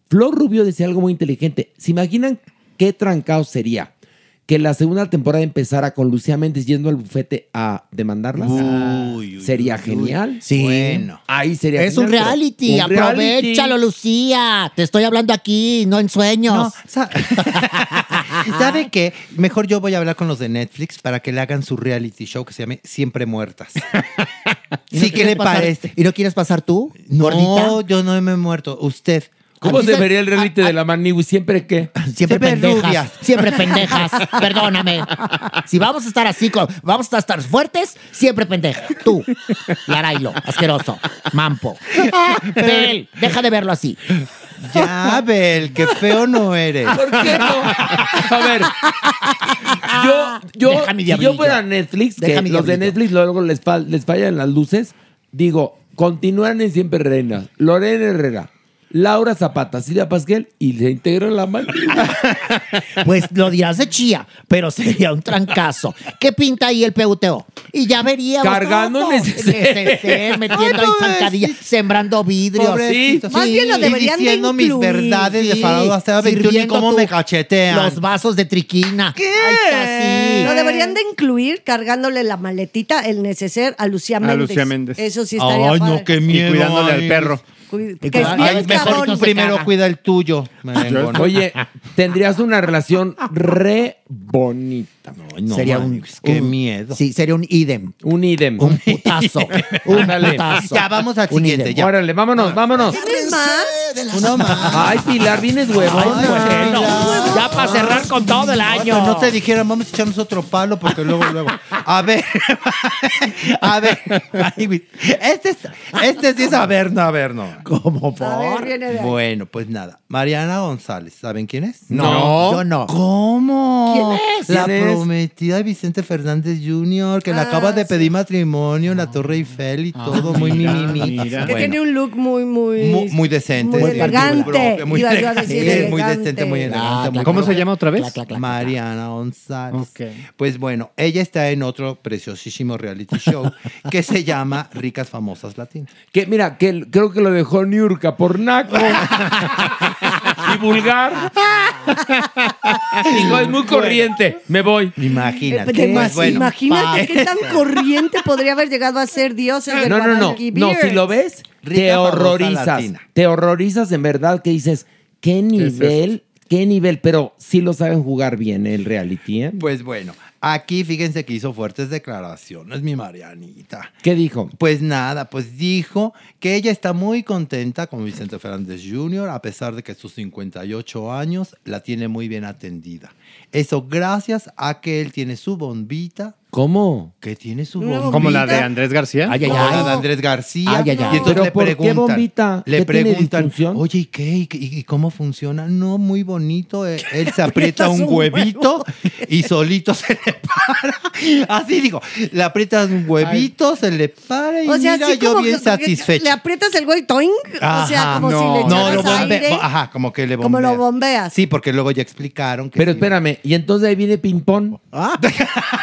Speaker 3: Flor Rubio decía algo muy inteligente. ¿Se imaginan qué trancado sería que la segunda temporada empezara con Lucía Méndez yendo al bufete a demandarlas? Ah, sería genial.
Speaker 11: Sí.
Speaker 3: Bueno. Ahí sería
Speaker 11: Es un
Speaker 3: genial, pero
Speaker 11: reality,
Speaker 3: un reality.
Speaker 11: aprovechalo, Lucía. Te estoy hablando aquí, no en sueños.
Speaker 5: ¿Sabe qué? Mejor yo voy a hablar con los de Netflix para que le hagan su reality show que se llame Siempre Muertas.
Speaker 11: ¿Y no
Speaker 5: sí, ¿qué
Speaker 11: quieres
Speaker 5: le
Speaker 11: pasar-
Speaker 5: parece?
Speaker 11: ¿Y no quieres pasar tú,
Speaker 5: No,
Speaker 11: gordita?
Speaker 5: yo no me he muerto. Usted.
Speaker 3: ¿Cómo
Speaker 11: A mí se-
Speaker 3: Pues debería el reality de la Maniwis? ¿Siempre qué?
Speaker 11: Siempre pendejas, siempre pendejas. Perdóname. Si vamos a estar así, con- vamos a estar fuertes, siempre pendeja. Tú, Larailo, asqueroso, mampo. Bel, deja de verlo así.
Speaker 5: Ya, Bel, qué feo no eres.
Speaker 3: ¿Por qué no? A ver, yo, yo,
Speaker 5: Ah, Deja mi
Speaker 3: si yo
Speaker 5: diablillo.
Speaker 3: fuera Netflix, que
Speaker 5: Deja mi
Speaker 3: los de
Speaker 5: diablillo.
Speaker 3: Netflix luego les, fal- les fallan las luces, digo, continúan en Siempre Reinas, Lorena Herrera, Laura Zapata, Silvia Pasquel, y se integra la mano.
Speaker 11: Pues lo dirás de chía, pero sería un trancazo. ¿Qué pinta ahí el PUTO? Y ya veríamos.
Speaker 3: Cargando
Speaker 11: todo.
Speaker 3: neceser.
Speaker 11: Neceser, metiendo
Speaker 5: Ay,
Speaker 11: ahí zancadillas, sembrando vidrios.
Speaker 5: Pobrecito. Más bien lo
Speaker 11: Y
Speaker 5: deberían de incluir. Sí. Sirviendo tú
Speaker 11: Los
Speaker 5: los
Speaker 11: vasos de triquina. ¿Qué?
Speaker 4: Lo deberían de incluir cargándole la maletita, el neceser, a Lucía Méndez.
Speaker 6: Lucía Méndez.
Speaker 4: Eso sí estaría
Speaker 5: Ay,
Speaker 4: padre.
Speaker 5: no, qué miedo.
Speaker 6: Y cuidándole al
Speaker 5: ay.
Speaker 6: perro.
Speaker 4: Cuid-
Speaker 5: Y
Speaker 4: que es
Speaker 5: cuidar-
Speaker 4: bien
Speaker 5: ay, mejor
Speaker 4: cabrón.
Speaker 5: tú primero cuida el tuyo. merengón.
Speaker 3: Oye, tendrías una relación re bonita.
Speaker 5: no Sería un- mames, qué un- miedo.
Speaker 11: Sí, sería un idem.
Speaker 3: Un idem.
Speaker 11: Un putazo. un putazo.
Speaker 5: Ya, vamos al
Speaker 11: Un
Speaker 5: siguiente,
Speaker 11: idem.
Speaker 5: ya.
Speaker 3: Órale, vámonos, vámonos.
Speaker 4: ¿Tienes más?
Speaker 5: Uno más.
Speaker 3: Ay, Pilar, vienes huevón.
Speaker 11: Ya para cerrar con todo el año.
Speaker 5: No te dijeran, vamos a echarnos otro palo porque luego, luego. A ver, a ver. Ay, güey. Este es, este sí es a ver, no, a ver, no.
Speaker 11: ¿Cómo
Speaker 4: A ver, viene de ahí.
Speaker 5: Bueno, pues nada. Mariana González, ¿saben quién es?
Speaker 11: No, yo no.
Speaker 5: ¿Cómo?
Speaker 11: ¿Quién es?
Speaker 5: La
Speaker 11: ¿Quién es?
Speaker 5: prometida de Vicente Fernández Jr., que le acaba de
Speaker 11: Ah,
Speaker 5: pedir matrimonio en la Torre Eiffel y todo, muy
Speaker 6: mira,
Speaker 5: mimimi.
Speaker 6: mira.
Speaker 4: Que tiene un look muy, muy...
Speaker 5: Muy, muy decente.
Speaker 4: Muy
Speaker 5: sí,
Speaker 4: elegante,
Speaker 5: propio, Muy
Speaker 4: iba yo a
Speaker 5: elegante,
Speaker 4: decir
Speaker 5: muy
Speaker 4: elegante.
Speaker 5: decente, muy elegante. muy
Speaker 6: ¿Cómo se
Speaker 5: propio.
Speaker 6: llama otra sabes?
Speaker 5: Mariana González. Pues bueno, ella está en otro preciosísimo reality show que se llama Ricas Famosas Latinas.
Speaker 3: Que mira, que l- creo que lo dejó Niurka por naco. y vulgar. Dijo, es muy corriente. Me voy.
Speaker 5: Imagínate.
Speaker 4: Dema- imagínate qué tan corriente podría haber llegado a ser dioses del
Speaker 3: No, no, no. No, si lo ves, te
Speaker 5: Rica, famosa,
Speaker 3: horrorizas.
Speaker 5: latina.
Speaker 3: Te horrorizas en verdad que dices, qué nivel, qué nivel. Pero sí lo saben jugar bien el reality, ¿eh?
Speaker 5: Pues bueno, aquí fíjense que hizo fuertes declaraciones mi Marianita.
Speaker 3: ¿Qué dijo?
Speaker 5: Pues nada, pues dijo que ella está muy contenta con Vicente Fernández Jr., a pesar de que sus 58 años la tiene muy bien atendida. Eso gracias a que él tiene su bombita.
Speaker 3: ¿Cómo?
Speaker 5: Que tiene su
Speaker 6: ¿Una
Speaker 5: bombita.
Speaker 6: ¿Como la de Andrés García?
Speaker 5: Ay, ay, ay. Como la de Andrés García.
Speaker 6: Ay, ay, ay.
Speaker 5: Y entonces
Speaker 6: ¿Pero
Speaker 5: le
Speaker 6: por qué
Speaker 5: preguntan,
Speaker 6: bombita?
Speaker 5: Le
Speaker 6: ¿Qué tiene
Speaker 5: preguntan, oye, ¿y qué? ¿Y, qué- y cómo funciona? No, muy bonito. eh, Él se aprieta
Speaker 6: Aprietas
Speaker 5: un
Speaker 6: un
Speaker 5: huevito y solito se le para. Así digo, le aprietas un huevito, se le para y
Speaker 4: O sea,
Speaker 5: mira
Speaker 4: así
Speaker 5: yo
Speaker 4: como
Speaker 5: bien
Speaker 4: que- que-
Speaker 5: satisfecho.
Speaker 4: Le aprietas el güey toing, o sea, como si le
Speaker 5: no,
Speaker 4: echaras
Speaker 5: lo bombe-
Speaker 4: aire.
Speaker 5: bo- Ajá, como que le
Speaker 4: Como
Speaker 5: bombeas.
Speaker 4: lo bombeas.
Speaker 5: Sí, porque luego ya explicaron que
Speaker 3: Pero
Speaker 5: sí.
Speaker 3: espérame, y entonces ahí viene ping-pong.
Speaker 5: Ah,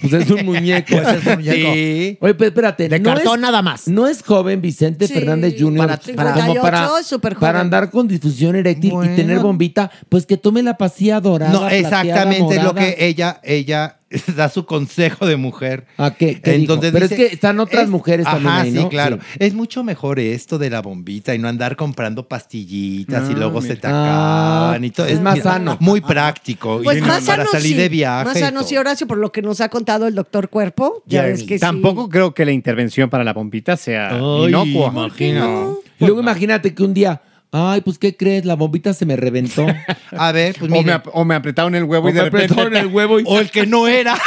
Speaker 3: Pues es un muñeco.
Speaker 5: Pues es un muñeco.
Speaker 3: Sí. Oye, pero espérate.
Speaker 5: De cartón nada más.
Speaker 3: No es joven Vicente
Speaker 4: Sí.
Speaker 3: Fernández Jr.
Speaker 4: Para- para-
Speaker 3: como
Speaker 4: 58,
Speaker 3: para,
Speaker 4: súper joven.
Speaker 3: para andar con disfunción eréctil
Speaker 5: Bueno.
Speaker 3: y tener bombita, pues que tome la pasilla dorada.
Speaker 5: No,
Speaker 3: plateada,
Speaker 5: exactamente lo
Speaker 3: morada.
Speaker 5: que ella, ella da su consejo de mujer.
Speaker 3: ¿A Ah, qué? ¿Qué dijo? Pero es que están otras mujeres
Speaker 5: ajá,
Speaker 3: también ahí,
Speaker 5: sí,
Speaker 3: ¿no?
Speaker 5: claro.
Speaker 3: Sí.
Speaker 5: Es mucho mejor esto de la bombita y no andar comprando pastillitas y
Speaker 3: Ah,
Speaker 5: luego
Speaker 3: mira. Ah,
Speaker 5: se te acaban y todo.
Speaker 3: es más sano.
Speaker 5: Muy práctico.
Speaker 4: Pues
Speaker 5: y
Speaker 4: más
Speaker 5: para
Speaker 4: sano
Speaker 5: salir
Speaker 4: sí,
Speaker 5: de viaje.
Speaker 4: Más
Speaker 5: y
Speaker 4: sano
Speaker 5: todo.
Speaker 4: sí, Horacio, por lo que nos ha contado el doctor Cuerpo. Ya ves que sí.
Speaker 6: Tampoco creo que la intervención para la pompita sea
Speaker 3: Ay,
Speaker 6: inocua.
Speaker 3: Y
Speaker 6: pues,
Speaker 3: luego imagínate que un día, ay, pues ¿qué crees? La bombita se me reventó.
Speaker 5: A ver, pues
Speaker 6: O
Speaker 5: miren.
Speaker 6: me, ap- o me apretaron el huevo
Speaker 3: O
Speaker 6: y de
Speaker 3: me
Speaker 6: repente...
Speaker 3: apretaron el huevo y-
Speaker 6: O el que no era.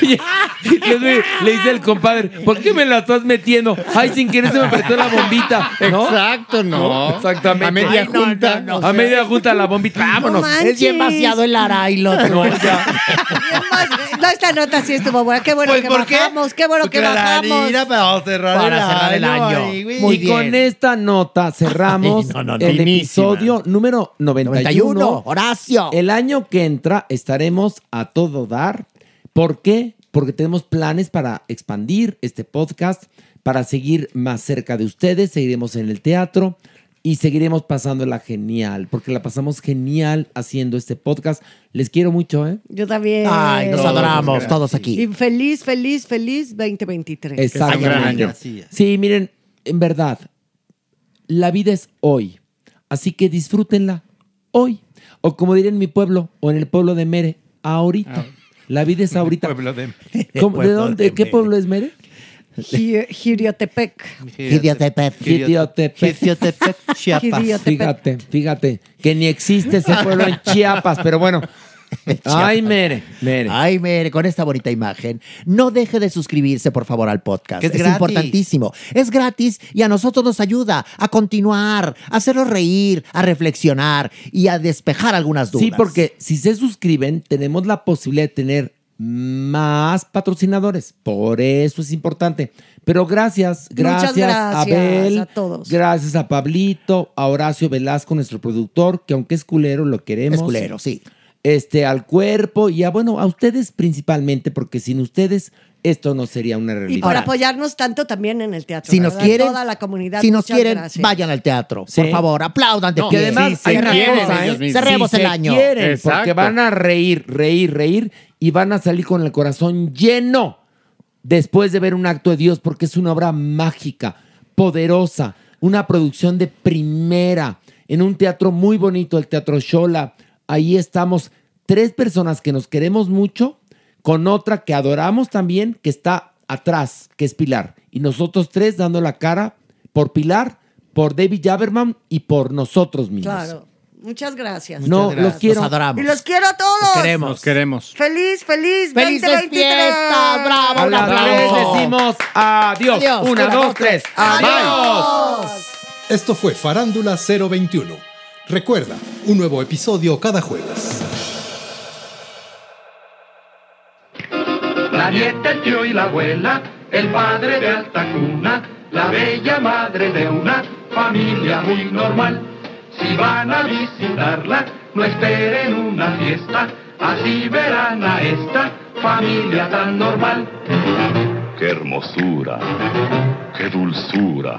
Speaker 3: Oye, le, le dice el compadre, ¿por qué me la estás metiendo? Ay, sin querer se me apretó la bombita. ¿no?
Speaker 6: Exacto, no.
Speaker 3: Exactamente.
Speaker 6: A media
Speaker 3: Ay, no,
Speaker 6: junta.
Speaker 3: no, no. A media junta la bombita. Vámonos.
Speaker 4: manches.
Speaker 11: Es bien vaciado el arailo.
Speaker 3: No, ya.
Speaker 4: Bien más- No, esta nota sí estuvo buena. Qué bueno
Speaker 5: Pues,
Speaker 4: que
Speaker 5: ¿por qué?
Speaker 4: bajamos. Qué bueno que bajamos.
Speaker 5: Clarina, para cerrar
Speaker 11: Para
Speaker 5: el
Speaker 11: cerrar el
Speaker 5: año.
Speaker 11: año.
Speaker 5: ay, güey.
Speaker 11: Muy
Speaker 3: y con
Speaker 11: bien.
Speaker 3: esta nota cerramos
Speaker 11: Ay, no, no, no.
Speaker 3: el
Speaker 6: Finísima.
Speaker 3: episodio número 91.
Speaker 11: 91, Horacio.
Speaker 3: El año que entra estaremos a todo dar. ¿Por qué? Porque tenemos planes para expandir este podcast, para seguir más cerca de ustedes, seguiremos en el teatro y seguiremos pasándola genial, porque la pasamos genial haciendo este podcast. Les quiero mucho, ¿eh?
Speaker 4: Yo también.
Speaker 11: Ay, nos adoramos todos
Speaker 4: Y
Speaker 11: aquí.
Speaker 4: feliz, feliz, feliz 2023.
Speaker 3: Exacto.
Speaker 6: gran año.
Speaker 5: Así es.
Speaker 3: Sí, miren, en verdad, la vida es hoy. Así que disfrútenla hoy. O como diría en mi pueblo, o en el pueblo de Mere, ahorita. La vida es ahorita.
Speaker 5: Ah. Pueblo de-
Speaker 3: ¿Cómo- ¿De
Speaker 11: pueblo
Speaker 3: dónde?
Speaker 11: de
Speaker 3: ¿Qué
Speaker 11: Mere.
Speaker 3: pueblo es Mere?
Speaker 4: Gi- Giriotepec.
Speaker 11: Jidiotepec.
Speaker 3: Jidiotepec.
Speaker 5: Jidiotepec, Chiapas.
Speaker 4: Jidiotepec.
Speaker 3: Fíjate, fíjate, que ni existe ese pueblo en Chiapas, pero bueno. Ay, Mere, Mere.
Speaker 11: Ay, mire, con esta bonita imagen. No deje de suscribirse, por favor, al podcast.
Speaker 5: Que es
Speaker 11: es
Speaker 5: gratis.
Speaker 11: importantísimo. Es gratis y a nosotros nos ayuda a continuar, a hacernos reír, a reflexionar y a despejar algunas dudas.
Speaker 3: Sí, porque si se suscriben, tenemos la posibilidad de tener más patrocinadores. Por eso es importante. Pero gracias,
Speaker 4: Muchas
Speaker 3: gracias, a
Speaker 4: gracias
Speaker 3: Abel,
Speaker 4: a todos.
Speaker 3: gracias a Pablito, a Horacio Velasco, nuestro productor, que aunque es culero, lo queremos.
Speaker 11: es culero, sí.
Speaker 3: Este, al cuerpo y a, bueno, a ustedes principalmente, porque sin ustedes esto no sería una
Speaker 4: Y
Speaker 3: realidad.
Speaker 4: por
Speaker 3: Ahora,
Speaker 4: apoyarnos tanto también en el teatro.
Speaker 11: Si nos
Speaker 4: ¿verdad?
Speaker 11: quieren,
Speaker 4: Toda la comunidad.
Speaker 11: si nos
Speaker 4: muchas
Speaker 11: quieren,
Speaker 4: gracias.
Speaker 11: vayan al teatro.
Speaker 3: Sí.
Speaker 11: Por favor, aplaudan de
Speaker 6: No,
Speaker 11: pie.
Speaker 3: que además
Speaker 6: sí,
Speaker 3: hay
Speaker 6: se
Speaker 3: una
Speaker 6: quieren
Speaker 3: cosa,
Speaker 6: ellos
Speaker 3: ¿eh?
Speaker 6: mismos.
Speaker 11: Cerremos
Speaker 3: Si
Speaker 11: el
Speaker 3: se
Speaker 11: año.
Speaker 3: quieren,
Speaker 6: Exacto.
Speaker 3: porque van a reír, reír, reír y van a salir con el corazón lleno después de ver un acto de Dios, porque es una obra mágica, poderosa, una producción de primera, en un teatro muy bonito, el Teatro Shola. Ahí estamos tres personas que nos queremos mucho, con otra que adoramos también, que está atrás, que es Pilar. Y nosotros tres dando la cara por Pilar, por David Jaberman y por nosotros mismos.
Speaker 4: Claro. Muchas gracias. Muchas
Speaker 3: No, los
Speaker 4: gracias.
Speaker 3: quiero.
Speaker 11: Los adoramos.
Speaker 4: Y los quiero a todos.
Speaker 6: Nos queremos.
Speaker 4: Feliz, feliz.
Speaker 11: ¡Felices
Speaker 4: 2023.
Speaker 11: fiestas! ¡Bravo!
Speaker 3: A
Speaker 11: Un
Speaker 3: las tres
Speaker 11: aplauso.
Speaker 3: decimos adiós.
Speaker 11: Adiós.
Speaker 3: Una, dos, tres. ¡Adiós!
Speaker 2: Esto fue Farándula 021. Recuerda, un nuevo episodio cada jueves.
Speaker 12: La nieta, el tío y la abuela, el padre de alta cuna, la bella madre de una
Speaker 13: familia muy normal. Si van a visitarla, no esperen una fiesta, así verán a esta familia tan normal.
Speaker 14: Qué hermosura, qué dulzura.